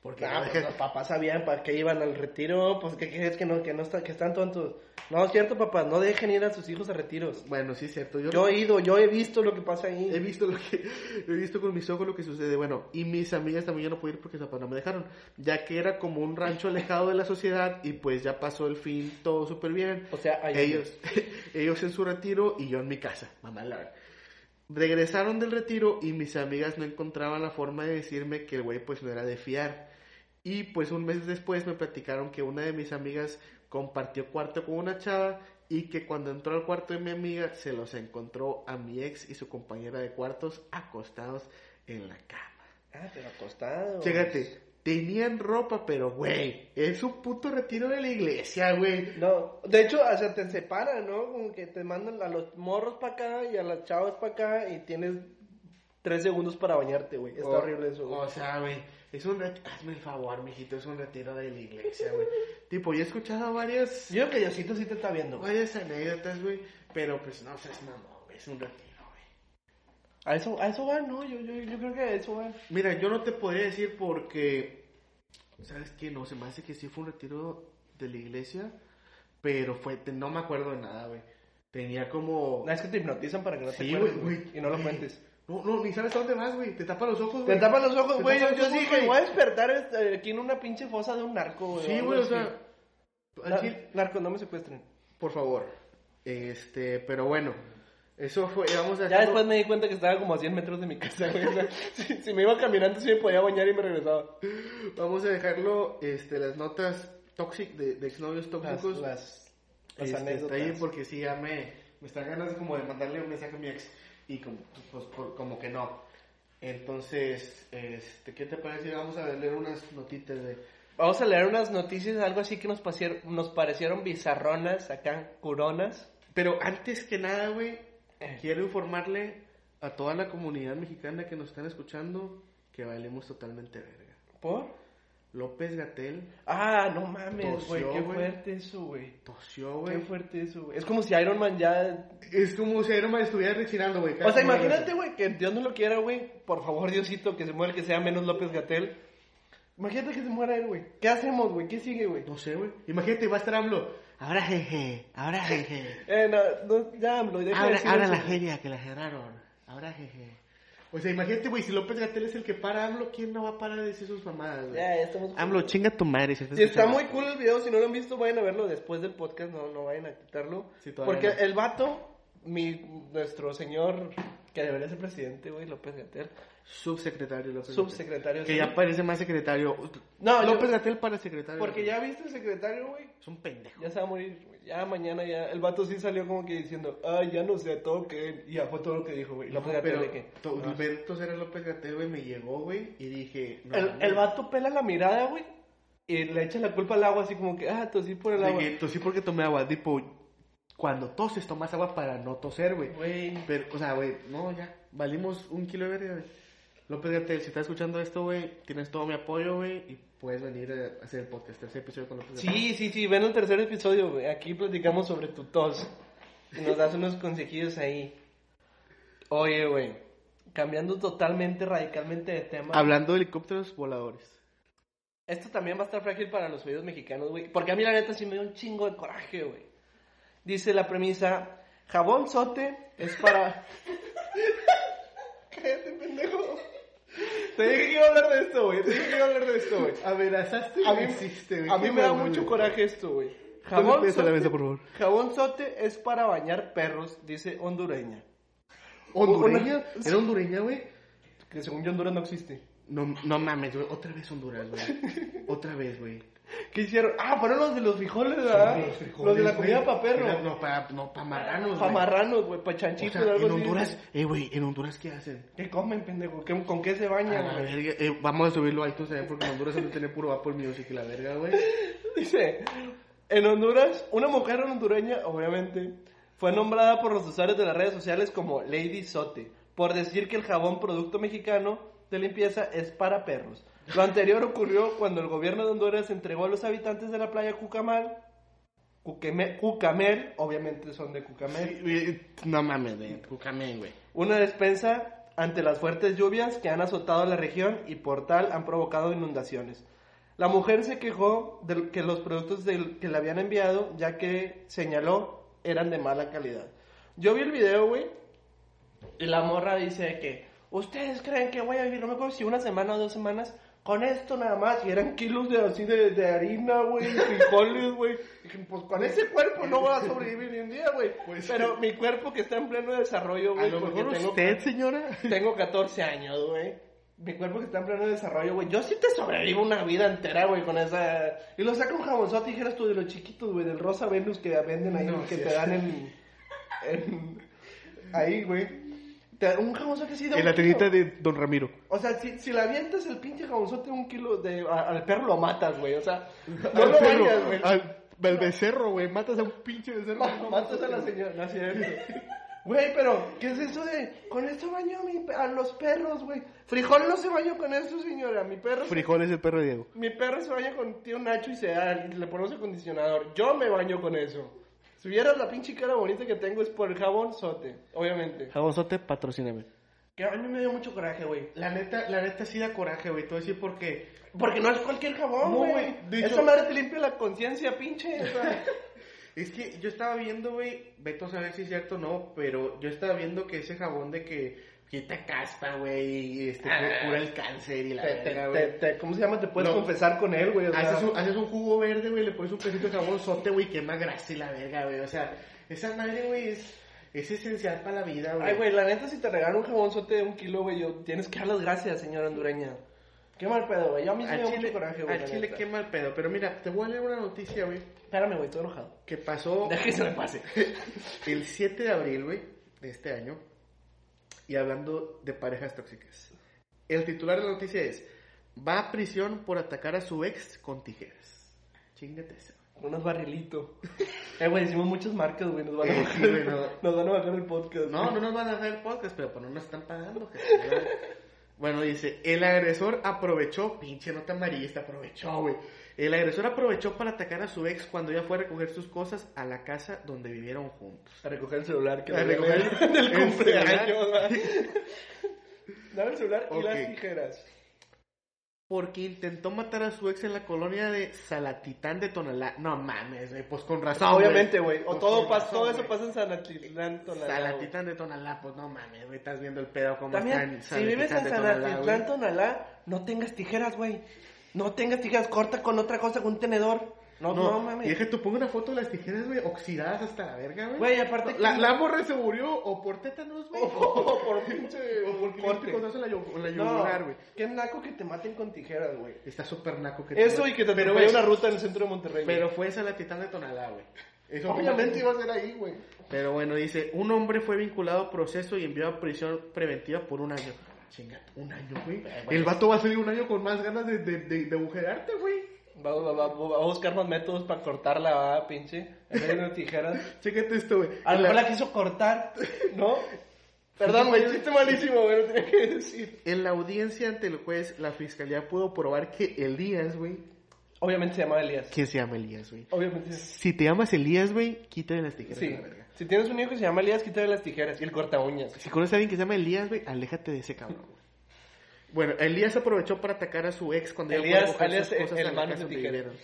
Speaker 1: Porque
Speaker 2: Nah, pues los papás sabían para qué iban al retiro, pues que crees que no, que no está, que están tontos. No, es cierto, papá, no dejen ir a sus hijos a retiros.
Speaker 1: Bueno, sí es cierto. Yo,
Speaker 2: Yo he ido, yo he visto lo que pasa ahí.
Speaker 1: he visto lo que he visto con mis ojos lo que sucede. Bueno, y mis amigas también yo no pude ir porque mis papás no me dejaron, ya que era como un rancho alejado de la sociedad y pues ya pasó el fin todo súper bien.
Speaker 2: O sea, ahí-
Speaker 1: ellos, ellos en su retiro y yo en mi casa, mamá larga. Regresaron del retiro y mis amigas no encontraban la forma de decirme que el güey pues no era de fiar. Y pues un mes después me platicaron que una de mis amigas compartió cuarto con una chava y que cuando entró al cuarto de mi amiga se los encontró a mi ex y su compañera de cuartos acostados en la cama.
Speaker 2: Ah, pero acostado.
Speaker 1: Fíjate, tenían ropa, pero güey, es un puto retiro de la iglesia, güey.
Speaker 2: No, de hecho, o sea, te separan, ¿no? Como que te mandan a los morros para acá y a las chavas para acá y tienes tres segundos para bañarte, güey. Está
Speaker 1: O-
Speaker 2: horrible eso. güey.
Speaker 1: O sea, güey, es un ret- hazme el favor, mijito, es un retiro de la iglesia, güey. tipo, yo he escuchado varias,
Speaker 2: Yo creo que Diosito sí te está viendo, güey.
Speaker 1: varias anécdotas, güey, pero pues no seas mamón, güey, es un retiro, güey.
Speaker 2: A eso, a eso va, ¿no? Yo, yo, yo creo que a eso va.
Speaker 1: Mira, yo no te podría decir porque, ¿sabes qué? No, se me hace que sí fue un retiro de la iglesia, pero fue, te- no me acuerdo de nada, güey. Tenía como...
Speaker 2: No, es que te hipnotizan para que no
Speaker 1: Sí,
Speaker 2: te acuerdes,
Speaker 1: güey,
Speaker 2: güey. Y no lo cuentes.
Speaker 1: No, no, ni sabes a dónde vas, güey, te tapan los ojos, güey.
Speaker 2: Te tapan los ojos,
Speaker 1: Te
Speaker 2: güey. Yo,
Speaker 1: tapan los
Speaker 2: yo
Speaker 1: ojos,
Speaker 2: sí dije, voy a despertar este, aquí en una pinche fosa de un narco, güey.
Speaker 1: Sí,
Speaker 2: algo
Speaker 1: güey, o
Speaker 2: así.
Speaker 1: sea... al
Speaker 2: Na-
Speaker 1: chile-
Speaker 2: narcos, no me secuestren.
Speaker 1: Por favor. Este, pero bueno, eso fue, eh, vamos a
Speaker 2: Ya después me di cuenta que estaba como a 100 metros de mi casa, güey. O sea, si, si me iba caminando, sí me podía bañar y me regresaba.
Speaker 1: vamos a dejarlo, este, las notas toxic de, de exnovios
Speaker 2: Las,
Speaker 1: tóxicos.
Speaker 2: las, las
Speaker 1: Este, está ahí
Speaker 2: anécdotas.
Speaker 1: porque sí, ya me, me están ganas como de mandarle un mensaje a mi ex y como, pues, por- como que no. Entonces, este, ¿qué te parece? Vamos a leer unas notitas de,
Speaker 2: Vamos a leer unas noticias, algo así que nos, pasier- nos parecieron bizarronas, acá, curonas.
Speaker 1: Pero antes que nada, güey,
Speaker 2: Eh.
Speaker 1: quiero informarle a toda la comunidad mexicana que nos están escuchando que valemos totalmente verga.
Speaker 2: ¿Por?
Speaker 1: López Gatel
Speaker 2: Ah, no mames,
Speaker 1: Tosió,
Speaker 2: güey, qué
Speaker 1: güey.
Speaker 2: fuerte eso, güey.
Speaker 1: tosió,
Speaker 2: Qué
Speaker 1: güey.
Speaker 2: fuerte eso, güey. Es como si Iron Man ya...
Speaker 1: Es como si Iron Man estuviera reaccionando, güey. cada
Speaker 2: O sea,
Speaker 1: semana.
Speaker 2: imagínate, güey, que Dios no lo quiera, güey. Por favor, Diosito, que se muera el que sea menos López Gatel. Imagínate que se muera él, güey. ¿Qué hacemos, güey? ¿Qué sigue, güey?
Speaker 1: No sé, güey. Imagínate, va a estar AMLO. Ahora jeje, ahora jeje.
Speaker 2: Eh, no, no, ya, lo deja de
Speaker 1: Ahora,
Speaker 2: decir
Speaker 1: ahora
Speaker 2: eso,
Speaker 1: la
Speaker 2: güey.
Speaker 1: feria que la cerraron. Ahora jeje. O sea, imagínate, güey, si López Gatel es el que para AMLO, ¿quién no va a parar de decir sus mamadas, güey?
Speaker 2: Ya, ya estamos...
Speaker 1: AMLO, chinga tu madre. Si
Speaker 2: Si está muy cool el video, si no lo han visto, vayan a verlo después del podcast, no, no vayan a quitarlo.
Speaker 1: Sí, todavía
Speaker 2: porque
Speaker 1: no.
Speaker 2: el vato, mi, nuestro señor, que debería ser presidente, güey, López Gatel,
Speaker 1: Subsecretario López
Speaker 2: subsecretario.
Speaker 1: Que
Speaker 2: sí.
Speaker 1: ya parece más secretario. No,
Speaker 2: No, yo-
Speaker 1: López Gatel para secretario.
Speaker 2: Porque ya viste el secretario, güey,
Speaker 1: Es un pendejo.
Speaker 2: ya se va a morir, güey. Ya mañana ya, el vato sí salió como que diciendo, ay, ya no sé todo que... Y ya fue todo lo que dijo, güey. López
Speaker 1: No,
Speaker 2: Gatel
Speaker 1: pero
Speaker 2: de que...
Speaker 1: to-
Speaker 2: "Ah".
Speaker 1: ver toser a López Gatel, güey, me llegó, güey, y dije. no,
Speaker 2: el,
Speaker 1: mames.
Speaker 2: el vato pela la mirada, güey, y le echa la culpa al agua así como que, ah, tosí por el
Speaker 1: De
Speaker 2: agua.
Speaker 1: que tosí porque tomé agua. Tipo, cuando toses, tomas agua para no toser, güey.
Speaker 2: Güey.
Speaker 1: Pero, o sea, güey, no, ya. Valimos un kilo de verga, güey. López Gatel, si estás escuchando esto, güey, tienes todo mi apoyo, güey, y puedes venir a hacer el podcast, tercer episodio con López Gatel.
Speaker 2: Sí, sí, sí, ven el tercer episodio, güey. Aquí platicamos sobre tu tos. Y nos das unos consejillos ahí. Oye, güey. Cambiando totalmente, radicalmente de tema.
Speaker 1: Hablando de helicópteros voladores.
Speaker 2: Esto también va a estar frágil para los oídos mexicanos, güey. Porque a mí la neta sí me dio un chingo de coraje, güey. Dice la premisa, jabón sote es para... Cállate, pendejo. Te dije que iba a hablar de esto, güey. Te dije que iba a hablar de esto, güey.
Speaker 1: Amenazaste
Speaker 2: A mí, a mí me da mucho coraje esto, güey.
Speaker 1: Jabón.
Speaker 2: Jabón
Speaker 1: Pies a la
Speaker 2: sote
Speaker 1: mesa, por favor.
Speaker 2: Jabón sote es para bañar perros, dice hondureña.
Speaker 1: ¿Hondureña?
Speaker 2: Una-
Speaker 1: ¿Era hondureña, güey?
Speaker 2: Que según yo Honduras no existe.
Speaker 1: No, no mames, güey. Otra vez Honduras, güey. Otra vez, güey.
Speaker 2: ¿Qué hicieron? Ah, fueron los de los frijoles, ¿verdad? Los, Ah, de la comida
Speaker 1: Era-
Speaker 2: para perros.
Speaker 1: No, para no, pa marranos,
Speaker 2: Para
Speaker 1: güey.
Speaker 2: marranos, güey, para
Speaker 1: O
Speaker 2: chanchitos,
Speaker 1: sea,
Speaker 2: algo
Speaker 1: en
Speaker 2: así.
Speaker 1: Honduras, eh, güey, en Honduras, ¿qué hacen?
Speaker 2: ¿Qué comen, pendejo? ¿Qué- ¿Con qué se
Speaker 1: A la
Speaker 2: bañan, güey?
Speaker 1: verga, eh, vamos a subirlo a iTunes también porque en Honduras solo tiene puro Apple Music y la verga, güey. Eh,
Speaker 2: Dice, en Honduras, una mujer hondureña, obviamente, fue nombrada por los usuarios de las redes sociales como Lady Sote, por decir que el jabón producto mexicano de limpieza es para perros. Lo anterior ocurrió cuando el gobierno de Honduras entregó a los habitantes de la playa Cucamal, Cuqueme- Cucamel, obviamente son de Cucamel,
Speaker 1: Sí, güey, eh, No mames, güey. Cucamén, güey.
Speaker 2: una despensa ante las fuertes lluvias que han azotado la región y por tal han provocado inundaciones. La mujer se quejó de que los productos del- que le habían enviado, ya que señaló, eran de mala calidad. Yo vi el video, güey, y la morra dice que, ¿ustedes creen que voy a vivir, no me acuerdo si una semana o dos semanas, con esto nada más? Y eran kilos de así de, de harina, güey, frijoles, güey. Dije, pues con ese cuerpo no voy a sobrevivir ni un día, güey.
Speaker 1: Pues-
Speaker 2: Pero mi cuerpo que está en pleno desarrollo,
Speaker 1: A
Speaker 2: güey,
Speaker 1: lo
Speaker 2: porque
Speaker 1: mejor
Speaker 2: tengo,
Speaker 1: usted, señora.
Speaker 2: tengo 14 años, güey. Mi cuerpo que está en pleno desarrollo, güey. Yo sí te sobrevivo una vida entera, güey, con esa... Y lo saca un jabonzote, dijeras tú, de los chiquitos, güey, del Rosa Venus que venden ahí,
Speaker 1: No,
Speaker 2: que
Speaker 1: sí
Speaker 2: te
Speaker 1: es.
Speaker 2: dan en... en- ahí, güey. Te- Un jabonzote así de...
Speaker 1: En
Speaker 2: un
Speaker 1: la
Speaker 2: kilo.
Speaker 1: trinita de Don Ramiro.
Speaker 2: O sea, si, si le avientas el pinche jabonzote un kilo de... a- al perro lo matas, güey, o sea... No
Speaker 1: Al
Speaker 2: lo
Speaker 1: perro,
Speaker 2: bañas, güey.
Speaker 1: Al, al becerro, güey. Matas a un pinche becerro.
Speaker 2: Ma- Matas a la señora, no es cierto. Güey, pero, ¿qué es eso de? Con esto baño a, mi pe- a los perros, güey. Frijol no se baño con esto, señora. Mi perro,
Speaker 1: Frijoles el perro de Diego.
Speaker 2: mi perro se baña con tío Nacho y se da, y le ponemos acondicionador. Yo me baño con eso. Si vieras la pinche cara bonita que tengo es por el jabón sote, obviamente.
Speaker 1: Jabonzote, patrocíname.
Speaker 2: Que a mí me dio mucho coraje, güey.
Speaker 1: La neta, la neta sí da coraje, güey. Te voy a decir por qué.
Speaker 2: Porque no es cualquier jabón,
Speaker 1: No,
Speaker 2: güey.
Speaker 1: güey, de
Speaker 2: Esa
Speaker 1: hecho-
Speaker 2: madre te limpia la conciencia, pinche. o sea.
Speaker 1: Es que yo estaba viendo, güey, Beto a saber si es cierto o no, pero yo estaba viendo que ese jabón de que quita casta, güey, y este,
Speaker 2: Ah.
Speaker 1: cura el cáncer y la
Speaker 2: Te- te-
Speaker 1: verga,
Speaker 2: te-
Speaker 1: güey.
Speaker 2: te- ¿Cómo se llama? Te puedes
Speaker 1: No.
Speaker 2: confesar con él, güey. o sea.
Speaker 1: Haces un, haces un jugo verde, güey, le pones un pedacito de jabón sote, güey, quema grasa y la verga, güey. O sea, esa madre, güey, es, es esencial para la vida, güey.
Speaker 2: Ay, güey, la neta, si te regalan un jabonzote de un kilo, güey, yo- tienes que dar las gracias, señora hondureña. Qué mal pedo, güey. Yo a mí sí me
Speaker 1: Al
Speaker 2: dio
Speaker 1: chile,
Speaker 2: mucho coraje, güey.
Speaker 1: al
Speaker 2: la
Speaker 1: chile
Speaker 2: neta.
Speaker 1: quema el pedo. Pero mira, te voy a leer una noticia, güey,
Speaker 2: Espérame, güey, estoy enojado.
Speaker 1: que pasó
Speaker 2: Deja que se me pase.
Speaker 1: el 7 de abril, güey, de este año. Y hablando de parejas tóxicas. El titular de la noticia es: Va a prisión por atacar a su ex con tijeras. Chingate esa.
Speaker 2: Unos barrilitos. Eh, güey, hicimos muchas marcas, güey. Nos van a
Speaker 1: Eh,
Speaker 2: bajar,
Speaker 1: sí, güey, no.
Speaker 2: nos van a bajar el podcast.
Speaker 1: No,
Speaker 2: güey.
Speaker 1: no nos van a dejar el podcast, pero pues no nos están pagando. que se vea. bueno, dice, el agresor aprovechó, pinche nota amarillista, aprovechó, güey. El agresor aprovechó para atacar a su ex cuando ella fue a recoger sus cosas a la casa donde vivieron juntos.
Speaker 2: A recoger el celular que
Speaker 1: A
Speaker 2: le
Speaker 1: recoger
Speaker 2: regalé del
Speaker 1: el
Speaker 2: cumpleaños.
Speaker 1: celular.
Speaker 2: ¿verdad? Dame el celular y las
Speaker 1: Ok.
Speaker 2: tijeras.
Speaker 1: Porque intentó matar a su ex en la colonia de Salatitán de Tonalá. No mames, güey, pues con razón. güey.
Speaker 2: Obviamente, güey. O
Speaker 1: Pues
Speaker 2: todo,
Speaker 1: con
Speaker 2: pasa,
Speaker 1: razón,
Speaker 2: todo eso
Speaker 1: güey.
Speaker 2: pasa en Sanatitlán, Tonalá. güey.
Speaker 1: Salatitán de Tonalá, pues no mames, güey, estás viendo el pedo como está
Speaker 2: También,
Speaker 1: en
Speaker 2: si vives
Speaker 1: Salatitán
Speaker 2: en
Speaker 1: de Tonalá, güey.
Speaker 2: Sanatitlán, Tonalá, no tengas tijeras, güey. No tengas tijeras, corta con otra cosa, con un tenedor. No, no,
Speaker 1: Y es
Speaker 2: mames.
Speaker 1: que tú pongas una foto de las tijeras, güey, oxidadas hasta la verga, güey.
Speaker 2: Güey, aparte que-
Speaker 1: La, la morra se murió o por tétanos, güey.
Speaker 2: O Oh, por pinche-
Speaker 1: O porque le diste
Speaker 2: corte.
Speaker 1: codazo en la, yu- en la
Speaker 2: No,
Speaker 1: yugular, güey.
Speaker 2: qué naco que te maten con tijeras, güey.
Speaker 1: Está súper naco que...
Speaker 2: Eso y que te
Speaker 1: pero,
Speaker 2: atropelle
Speaker 1: güey,
Speaker 2: una ruta en el centro de Monterrey. güey.
Speaker 1: Pero fue esa la titán de Tonalá, güey. Eso
Speaker 2: obviamente iba a ser ahí, güey.
Speaker 1: Pero bueno, dice, un hombre fue vinculado a proceso y enviado a prisión preventiva por un año. Chinga, un año, güey.
Speaker 2: Eh,
Speaker 1: El vato va a salir un año con más ganas de, de, de, de agujerarte, güey.
Speaker 2: Va, va- va- va a buscar más métodos para cortarla, va, pinche. En vez de unas tijeras.
Speaker 1: Chécate esto, güey.
Speaker 2: A lo
Speaker 1: En la-
Speaker 2: mejor la quiso cortar, ¿no? Perdón, güey, chiste malísimo, güey, lo tenía que decir.
Speaker 1: En la audiencia ante el juez, la fiscalía pudo probar que Elías, güey.
Speaker 2: Obviamente se llamaba Elías.
Speaker 1: ¿Quién se llama Elías, güey?
Speaker 2: Obviamente. Sí.
Speaker 1: Si te llamas Elías, güey, quítale las tijeras. a la verga.
Speaker 2: Si tienes un hijo que se llama Elías, quítale las tijeras y el corta uñas.
Speaker 1: Si conoces a alguien que se llama Elías, güey, aléjate de ese cabrón, güey. Bueno, Elías aprovechó para atacar a su ex cuando ella fue a
Speaker 2: Elías-
Speaker 1: recoger
Speaker 2: Elías,
Speaker 1: sus
Speaker 2: el-
Speaker 1: cosas
Speaker 2: el
Speaker 1: a la
Speaker 2: manos
Speaker 1: casa
Speaker 2: de
Speaker 1: donde
Speaker 2: tijera.
Speaker 1: vivieron.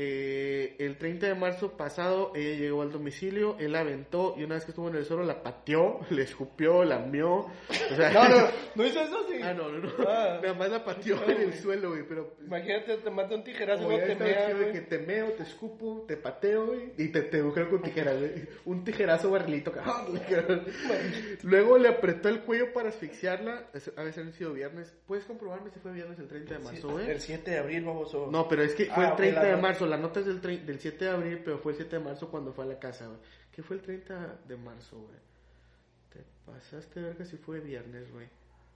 Speaker 1: Eh, el 30 de marzo pasado, ella llegó al domicilio, él la aventó y una vez que estuvo en el suelo la pateó, le escupió, la mió. O sea,
Speaker 2: No, no, no hizo eso, sí.
Speaker 1: Ah, no, no, no.
Speaker 2: Ah.
Speaker 1: Nada más la pateó en el suelo, güey, pero pues,
Speaker 2: Imagínate, te mata un tijerazo
Speaker 1: Como ya
Speaker 2: y no te
Speaker 1: está
Speaker 2: mea,
Speaker 1: chido de que
Speaker 2: güey.
Speaker 1: te meo, te escupo, te pateo, güey, y te, te agujero con tijeras, güey. Un tijerazo barrilito, cabrón. cabrón. Luego le apretó el cuello para asfixiarla. Es- A veces han sido viernes. ¿Puedes comprobarme si fue viernes el 30 de marzo, güey?
Speaker 2: El 7 de abril, baboso.
Speaker 1: No, pero es que fue
Speaker 2: Ah,
Speaker 1: el
Speaker 2: ok,
Speaker 1: 30
Speaker 2: la
Speaker 1: de
Speaker 2: nota.
Speaker 1: marzo. La nota es del, trein- del 7 de abril, pero fue el 7 de marzo cuando fue a la casa, güey. ¿Qué fue el 30 de marzo, güey? Te pasaste, verga, si fue viernes, güey.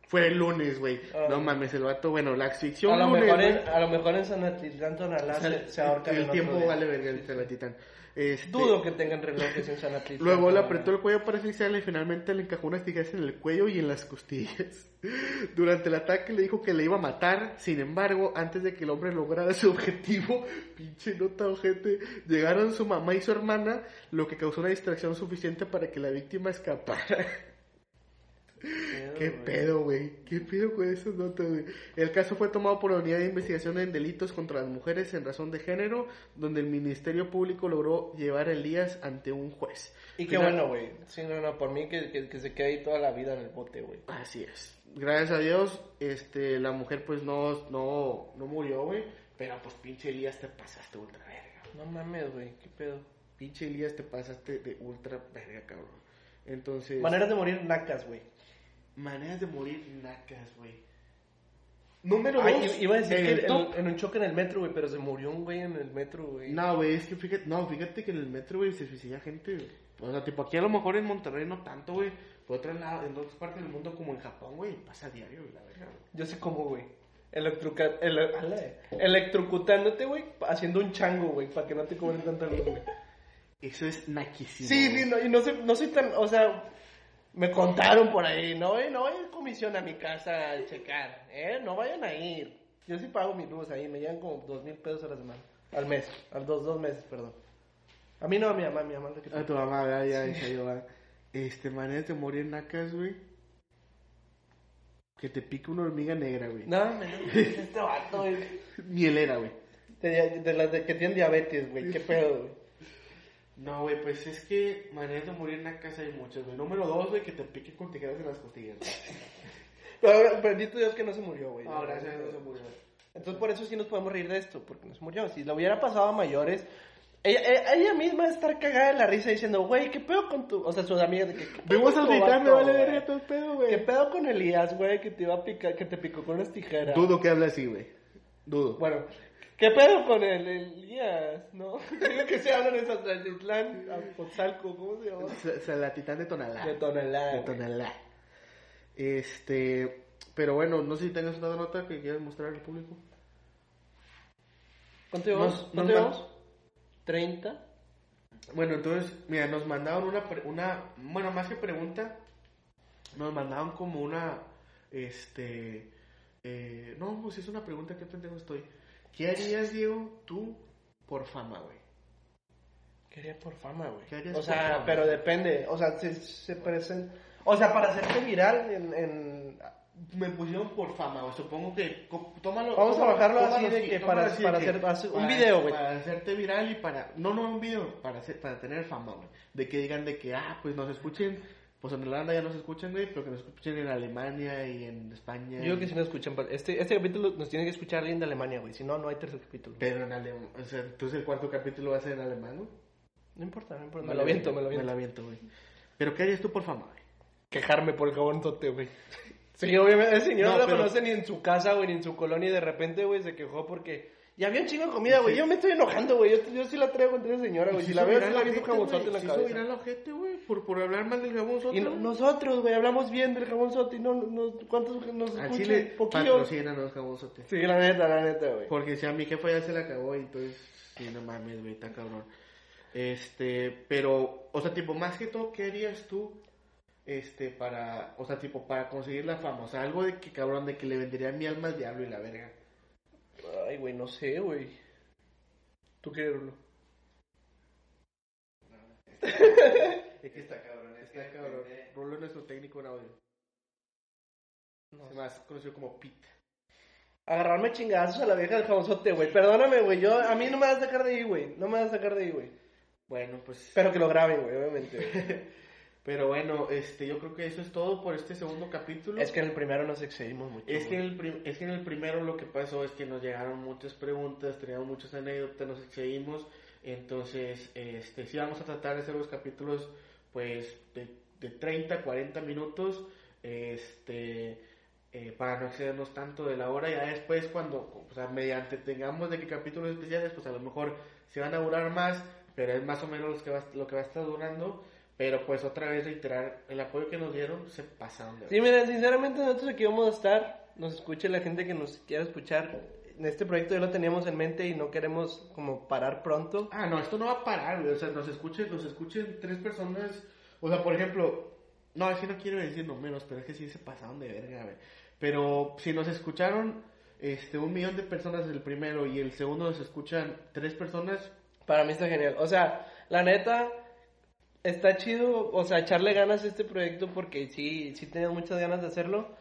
Speaker 1: Fue el lunes, güey.
Speaker 2: Ah.
Speaker 1: No mames, el vato, bueno, la asfixió
Speaker 2: A
Speaker 1: el
Speaker 2: lo,
Speaker 1: lunes,
Speaker 2: mejor
Speaker 1: güey.
Speaker 2: en, a lo mejor en San Atlán, Tonalá,
Speaker 1: O sea,
Speaker 2: se, se ahorca
Speaker 1: el,
Speaker 2: en otro
Speaker 1: tiempo
Speaker 2: día.
Speaker 1: vale verga el Telatitán. Este,
Speaker 2: Dudo que tengan relojes en San Atlán.
Speaker 1: Luego le
Speaker 2: Tonalá.
Speaker 1: apretó el cuello para asfixiarla y finalmente le encajó unas tijeras en el cuello y en las costillas. Durante el ataque le dijo que le iba a matar, sin embargo, antes de que el hombre lograra su objetivo, pinche nota ojete, llegaron su mamá y su hermana, lo que causó una distracción suficiente para que la víctima escapara. ¿Qué
Speaker 2: güey.
Speaker 1: pedo, güey? ¿Qué pedo con esas notas, güey? El caso fue tomado por la Unidad de Investigación en Delitos contra las Mujeres en Razón de Género, donde el Ministerio Público logró llevar a Elías ante un juez.
Speaker 2: Y qué
Speaker 1: Final-
Speaker 2: bueno, güey. Sí, no, no, por mí que, que, que se quede ahí toda la vida en el bote, güey.
Speaker 1: Así es. Gracias a Dios, este, la mujer pues no, no, no murió, güey. Pero pues pinche Elías te pasaste ultra verga.
Speaker 2: No mames, güey, qué pedo.
Speaker 1: Pinche Elías te pasaste de ultra verga, cabrón. Entonces...
Speaker 2: Maneras de morir nacas, güey.
Speaker 1: maneras de morir nacas, güey. Número
Speaker 2: Ay,
Speaker 1: dos.
Speaker 2: i- iba a decir
Speaker 1: en
Speaker 2: que
Speaker 1: el
Speaker 2: en,
Speaker 1: top.
Speaker 2: en un choque en el metro, güey, pero se murió un güey en el metro, güey.
Speaker 1: No, güey, es que fíjate, no, fíjate que en el metro, güey, se suicida gente, güey. O sea, tipo, aquí a lo mejor en Monterrey no tanto, güey. Por otro lado, en otras partes del mundo, como en Japón, güey, pasa a diario, güey, la verga, güey.
Speaker 2: Yo sé cómo, güey. Electroca- ele- ala, eh. electrocutándote, güey, pa- haciendo un chango, güey, para que no te cobren tanta luz, güey.
Speaker 1: Eso es naquísimo.
Speaker 2: Sí,
Speaker 1: güey.
Speaker 2: sí, no, y no sé, no soy tan, o sea, me contaron por ahí, no, eh, no vayan comisión a mi casa a checar, eh, no vayan a ir. Yo sí pago mi luz ahí, me llegan como dos mil pesos a la semana, al mes, al dos, dos meses, perdón. A mí no, a mi mamá, mi mamá es la que
Speaker 1: A tu mamá, ¿verdad? ya, ya, ya, va. Este, maneras de morir nacas, güey. Que te pique una hormiga negra, güey.
Speaker 2: No, me este vato, güey.
Speaker 1: Mielera, güey.
Speaker 2: De, de las de que tienen diabetes, güey, qué pedo, güey.
Speaker 1: No, güey, pues es que maneras de morir nacas hay muchas, güey. Número dos, güey, que te pique con tijeras en las costillas. güey.
Speaker 2: Pero bendito Dios que no se murió, güey.
Speaker 1: No, gracias a Dios se murió.
Speaker 2: Entonces por eso sí nos podemos reír de esto, porque nos murió. Si lo hubiera pasado a mayores, ella, e- ella misma estar cagada de la risa diciendo, güey, ¿qué pedo con tu...? O sea, sus amigas de que... "¿Qué pedo
Speaker 1: Vimos
Speaker 2: con
Speaker 1: a
Speaker 2: tu
Speaker 1: gritar, me
Speaker 2: vato,
Speaker 1: vale
Speaker 2: güey?
Speaker 1: verga todo el pedo,
Speaker 2: ¿Qué
Speaker 1: güey.
Speaker 2: pedo con Elías, güey, que te iba a picar, que te picó con unas tijeras?
Speaker 1: Dudo que habla así, güey. Dudo.
Speaker 2: Bueno, ¿qué pedo con el Elías, no? Digo que se hablan en Santlán, Apotzalco, ¿cómo se llama?
Speaker 1: Sa- Salatitán de Tonalá.
Speaker 2: De Tonalá.
Speaker 1: De
Speaker 2: güey.
Speaker 1: Tonalá. Este. Pero bueno, no sé si tengas una nota que quieras mostrar al público.
Speaker 2: ¿Cuánto llevamos?
Speaker 1: Nos-
Speaker 2: ¿Cuánto
Speaker 1: nos-
Speaker 2: llevamos? ¿30?
Speaker 1: Bueno, entonces, mira, nos mandaron una, pre- una, bueno, más que pregunta, nos mandaron como una, este, eh, no, pues es una pregunta, qué pendejo estoy. ¿Qué harías, Diego, tú por fama, güey?
Speaker 2: ¿Qué haría por fama, güey?
Speaker 1: ¿Qué harías
Speaker 2: O
Speaker 1: por
Speaker 2: sea,
Speaker 1: fama?
Speaker 2: pero depende. O sea, se, se parecen... O sea, para hacerte viral en... en-
Speaker 1: Me pusieron por fama, o supongo que, co- tómalo.
Speaker 2: Vamos a
Speaker 1: tómalo-
Speaker 2: bajarlo así
Speaker 1: tómalo
Speaker 2: de que
Speaker 1: tómalo
Speaker 2: para-
Speaker 1: de
Speaker 2: para
Speaker 1: que-
Speaker 2: hacer- hacer un
Speaker 1: para-
Speaker 2: video, güey.
Speaker 1: Para hacerte viral y para, no, no, un video, para, hacer, para tener fama, güey. De que digan de que, ah, pues nos escuchen, pues en Holanda ya nos escuchan, güey, pero que nos escuchen en Alemania y en España.
Speaker 2: Yo creo
Speaker 1: y-
Speaker 2: que si nos escuchan... pa- Este, este capítulo nos tiene que escuchar alguien de Alemania, güey. Si no, no hay tercer capítulo.
Speaker 1: Pero en alemán, o sea, entonces el cuarto capítulo va a ser en alemán, ¿no?
Speaker 2: No importa, no importa. Me lo viento, me lo
Speaker 1: Me
Speaker 2: viento.
Speaker 1: lo aviento, güey. Pero ¿qué harías tú por fama, güey?
Speaker 2: Quejarme por el gabonzote, güey. Sí, obviamente. Ese señor
Speaker 1: No,
Speaker 2: no lo
Speaker 1: pero-
Speaker 2: conoce ni en su casa, güey, ni en su colonia. Y de repente, güey, se quejó porque... Ya había un chingo de comida, güey. Yo me estoy enojando, güey. Yo, yo sí la traigo entre esa señora, güey. Si la veo, sí la
Speaker 1: gente,
Speaker 2: visto un jabonzote en la
Speaker 1: güey, se hizo
Speaker 2: cabeza.
Speaker 1: viral la gente, güey, por, por hablar mal del jabón sote,
Speaker 2: Y no-
Speaker 1: güey.
Speaker 2: nosotros, güey, hablamos bien del jabón sote y no, no ¿cuántos nos
Speaker 1: Al
Speaker 2: escuchan?
Speaker 1: Chile
Speaker 2: Poquillos.
Speaker 1: patrocinan los jabón sote.
Speaker 2: Sí, la neta, la neta, güey.
Speaker 1: Porque si a mi jefa ya se la acabó, y entonces, sí, no mames, güey, está cabrón. Este, pero, o sea, tipo, más que todo, ¿qué harías tú? Este, para, o sea, tipo, para conseguir la fama, o sea, algo de que cabrón, de que le vendería mi alma al diablo y la verga.
Speaker 2: Ay, güey, no sé, güey. ¿Tú qué, Rulo?
Speaker 1: Es que está cabrón, está cabrón. Rulo es nuestro técnico en audio. Es más conocido como Pete.
Speaker 2: Agarrarme a chingazos a la vieja del jabonzote, güey. Perdóname, güey. Yo, a mí no me vas a sacar de ahí, güey. No me vas a sacar de ahí, güey.
Speaker 1: Bueno, pues.
Speaker 2: Pero que lo graben, güey, obviamente. güey.
Speaker 1: Pero bueno, este, yo creo que eso es todo por este segundo capítulo.
Speaker 2: es que en el primero nos excedimos mucho.
Speaker 1: Es que,
Speaker 2: güey.
Speaker 1: en el prim- es que en el primero lo que pasó es que nos llegaron muchas preguntas, teníamos muchas anécdotas, nos excedimos. Entonces, este, sí vamos a tratar de hacer los capítulos, pues, de, de 30, 40 minutos, este, eh, para no excedernos tanto de la hora. Ya después, cuando, o sea, mediante tengamos de qué capítulos especiales, pues a lo mejor se van a durar más, pero es más o menos lo que va, lo que va a estar durando. Pero pues otra vez reiterar, el apoyo que nos dieron se pasaron de
Speaker 2: Sí, miren, sinceramente nosotros aquí vamos a estar, nos escuche la gente que nos quiera escuchar. En este proyecto ya lo teníamos en mente y no queremos como parar pronto.
Speaker 1: Ah, no, esto no va a parar, güey. O sea, nos escuchen, nos escuchen tres personas. O sea, por ejemplo, no, es que no quiero decir números, pero es que sí se pasaron de verga, güey. Pero si nos escucharon este, un millón de personas el primero y el segundo nos escuchan tres personas,
Speaker 2: Para mí está genial. O sea, la neta, está chido, o sea, echarle ganas a este proyecto porque sí, sí tenía muchas ganas de hacerlo.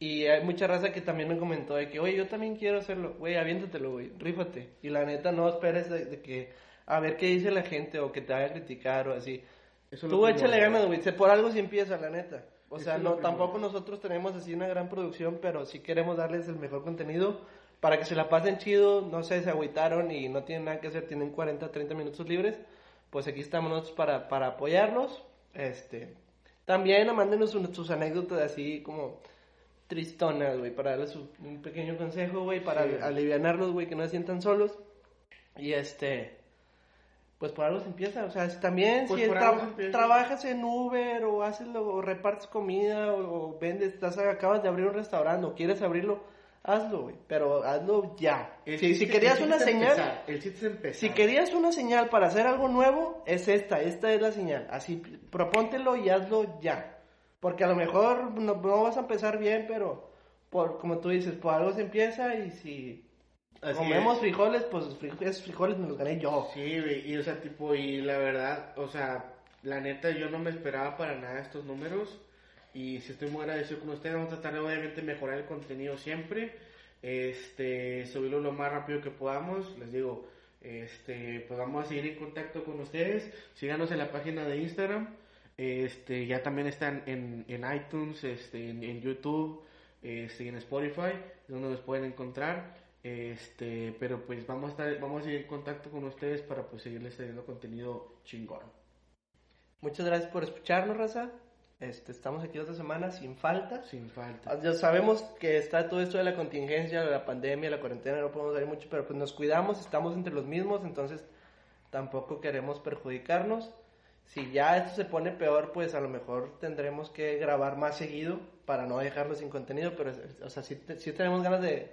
Speaker 2: Y hay mucha raza que también me comentó de que, oye, yo también quiero hacerlo. Güey, aviéntatelo, güey, rífate. Y la neta, no esperes de, de que, a ver qué dice la gente o que te vaya a criticar o así.
Speaker 1: eso es lo
Speaker 2: Tú
Speaker 1: que
Speaker 2: échale
Speaker 1: yo-
Speaker 2: ganas, güey. Se- Por algo se empieza, la neta. O
Speaker 1: Eso
Speaker 2: sea,
Speaker 1: es lo
Speaker 2: no,
Speaker 1: primero.
Speaker 2: tampoco nosotros tenemos así una gran producción, pero sí queremos darles el mejor contenido para que se la pasen chido, no sé, se agüitaron y no tienen nada que hacer, tienen 40, 30 minutos libres, pues aquí estamos nosotros para, para apoyarlos. Este, también mándenos un- sus anécdotas así como tristonas, güey, para darles un, un pequeño consejo, güey, para
Speaker 1: Sí.
Speaker 2: alivianarlos, güey, que no se sientan solos. Y este, pues por algo se empieza, o sea, si también
Speaker 1: Pues
Speaker 2: si
Speaker 1: por
Speaker 2: tra-
Speaker 1: algo se empieza.
Speaker 2: trabajas en Uber o haces lo- o repartes comida o, o vendes, estás acabas de abrir un restaurante o quieres abrirlo, hazlo, güey, pero hazlo ya.
Speaker 1: El
Speaker 2: Si, si
Speaker 1: chiste-
Speaker 2: querías
Speaker 1: el
Speaker 2: una
Speaker 1: chiste es
Speaker 2: señal,
Speaker 1: empezar, el chiste es empezar.
Speaker 2: si querías una señal para hacer algo nuevo, es esta, esta es la señal. Así, propóntelo y hazlo ya. Porque a lo mejor no, no vas a empezar bien, pero por, como tú dices, por algo se empieza y si
Speaker 1: Así
Speaker 2: comemos
Speaker 1: es.
Speaker 2: frijoles, pues fri- esos frijoles me los gané yo.
Speaker 1: Sí, güey, y o sea, tipo, y la verdad, o sea, la neta yo no me esperaba para nada estos números y si estoy muy agradecido con ustedes, vamos a tratar de obviamente mejorar el contenido siempre, este, subirlo lo más rápido que podamos, les digo, este, pues vamos a seguir en contacto con ustedes, síganos en la página de Instagram, este, ya también están en, en iTunes, este, en, en YouTube, este, y en Spotify, es donde nos pueden encontrar. Este, pero pues vamos a estar, vamos a seguir en contacto con ustedes para pues seguirles trayendo contenido chingón.
Speaker 2: Muchas gracias por escucharnos, Raza. Este, estamos aquí otra semana sin falta.
Speaker 1: Sin falta.
Speaker 2: Ya sabemos que está todo esto de la contingencia, de la pandemia, la cuarentena, no podemos salir mucho, pero pues nos cuidamos, estamos entre los mismos, entonces tampoco queremos perjudicarnos. Si ya esto se pone peor, pues a lo mejor tendremos que grabar más seguido para no dejarlo sin contenido, pero o sea, sí, te- sí tenemos ganas de,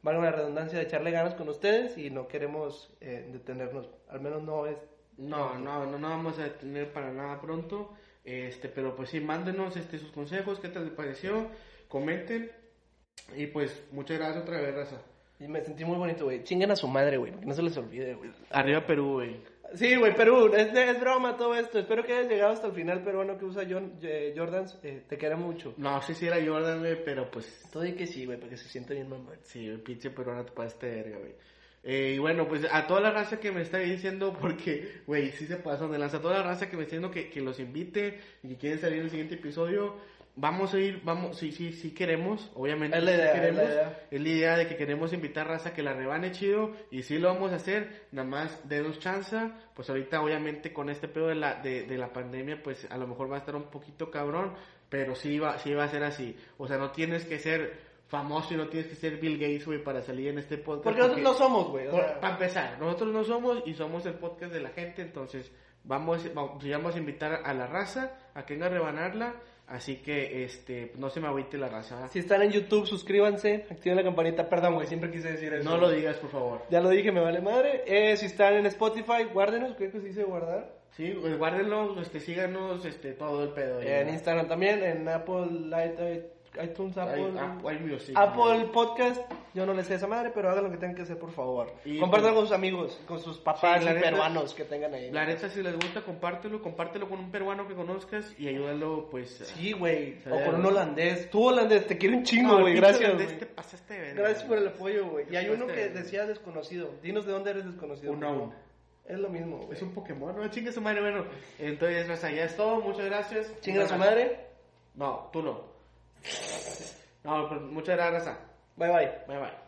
Speaker 2: valga la redundancia, de echarle ganas con ustedes y no queremos eh, detenernos, al menos no es...
Speaker 1: No, no, no, no vamos a tener para nada pronto. Este, pero pues sí, mándenos este, sus consejos, qué tal les pareció, comenten. Y pues muchas gracias otra vez, raza.
Speaker 2: Y me sentí muy bonito, güey. Chinguen a su madre, güey, que no se les olvide, güey.
Speaker 1: Arriba Perú, güey.
Speaker 2: Sí, güey, Perú, es, es broma todo esto. Espero que hayas llegado hasta el final peruano que usa John, eh, Jordans. eh, te queda mucho.
Speaker 1: No sé si era Jordan, güey, pero pues
Speaker 2: Todo y que sí, güey, para que se sienta bien mamón.
Speaker 1: sí, güey, pinche peruana te pasaste de verga, güey. Eh, y bueno, pues a toda la raza que me está diciendo, porque, güey, sí se pasan de lanza, a toda la raza que me está diciendo que, que los invite y que quieren salir en el siguiente episodio, vamos a ir, vamos, sí, sí, sí queremos, obviamente.
Speaker 2: Es la
Speaker 1: sí
Speaker 2: idea, es la
Speaker 1: queremos,
Speaker 2: idea.
Speaker 1: Es la idea de que queremos invitar raza que la rebane chido y sí lo vamos a hacer, nada más denos chance, pues ahorita obviamente con este pedo de la, de, de la pandemia pues a lo mejor va a estar un poquito cabrón, pero sí va, sí va a ser así, o sea no tienes que ser famoso y no tienes que ser Bill Gates güey para salir en este podcast.
Speaker 2: Porque nosotros no somos, güey. o sea,
Speaker 1: Para empezar, nosotros no somos y somos el podcast de la gente, entonces vamos, vamos, sí vamos a invitar a la raza a que venga a rebanarla, así que este no se me agüite la raza. ¿verdad?
Speaker 2: Si están en YouTube, suscríbanse, activen la campanita. Perdón, güey, siempre quise decir eso.
Speaker 1: No lo digas, por favor.
Speaker 2: Ya lo dije, me vale madre. Eh, si están en Spotify, guárdenos, creo que se dice guardar.
Speaker 1: Sí, pues guárdenlo, este, síganos, este, todo el pedo.
Speaker 2: Eh, en
Speaker 1: ya.
Speaker 2: Instagram también, en Apple, Light- iTunes, Apple.
Speaker 1: Hay- Apple, Music.
Speaker 2: Apple Podcast, yo no les sé esa madre, pero hagan lo que tengan que hacer, por favor.
Speaker 1: Y- pues,
Speaker 2: Compartan con sus amigos, con sus papás
Speaker 1: Sí, la
Speaker 2: y
Speaker 1: neta-
Speaker 2: peruanos que tengan ahí.
Speaker 1: La neta, si les gusta, compártelo, compártelo con un peruano que conozcas y ayúdalo, pues.
Speaker 2: Sí, güey.
Speaker 1: Sí.
Speaker 2: O con un holandés. Tú holandés, te quiero un chingo, güey.
Speaker 1: pinche
Speaker 2: Gracias.
Speaker 1: holandés, Este,
Speaker 2: güey.
Speaker 1: te pasaste de verga.
Speaker 2: Gracias por el apoyo, güey. Y hay
Speaker 1: Gracias,
Speaker 2: uno que
Speaker 1: güey.
Speaker 2: decía desconocido. Dinos de dónde eres desconocido.
Speaker 1: Un
Speaker 2: por favor.
Speaker 1: aún.
Speaker 2: Es lo mismo, güey.
Speaker 1: Es un Pokémon, no, chingue su madre, bueno. Entonces, más allá es todo, muchas gracias.
Speaker 2: Chinga a su madre.
Speaker 1: No, tú no. No, pues muchas gracias, raza.
Speaker 2: Bye, bye.
Speaker 1: Bye bye.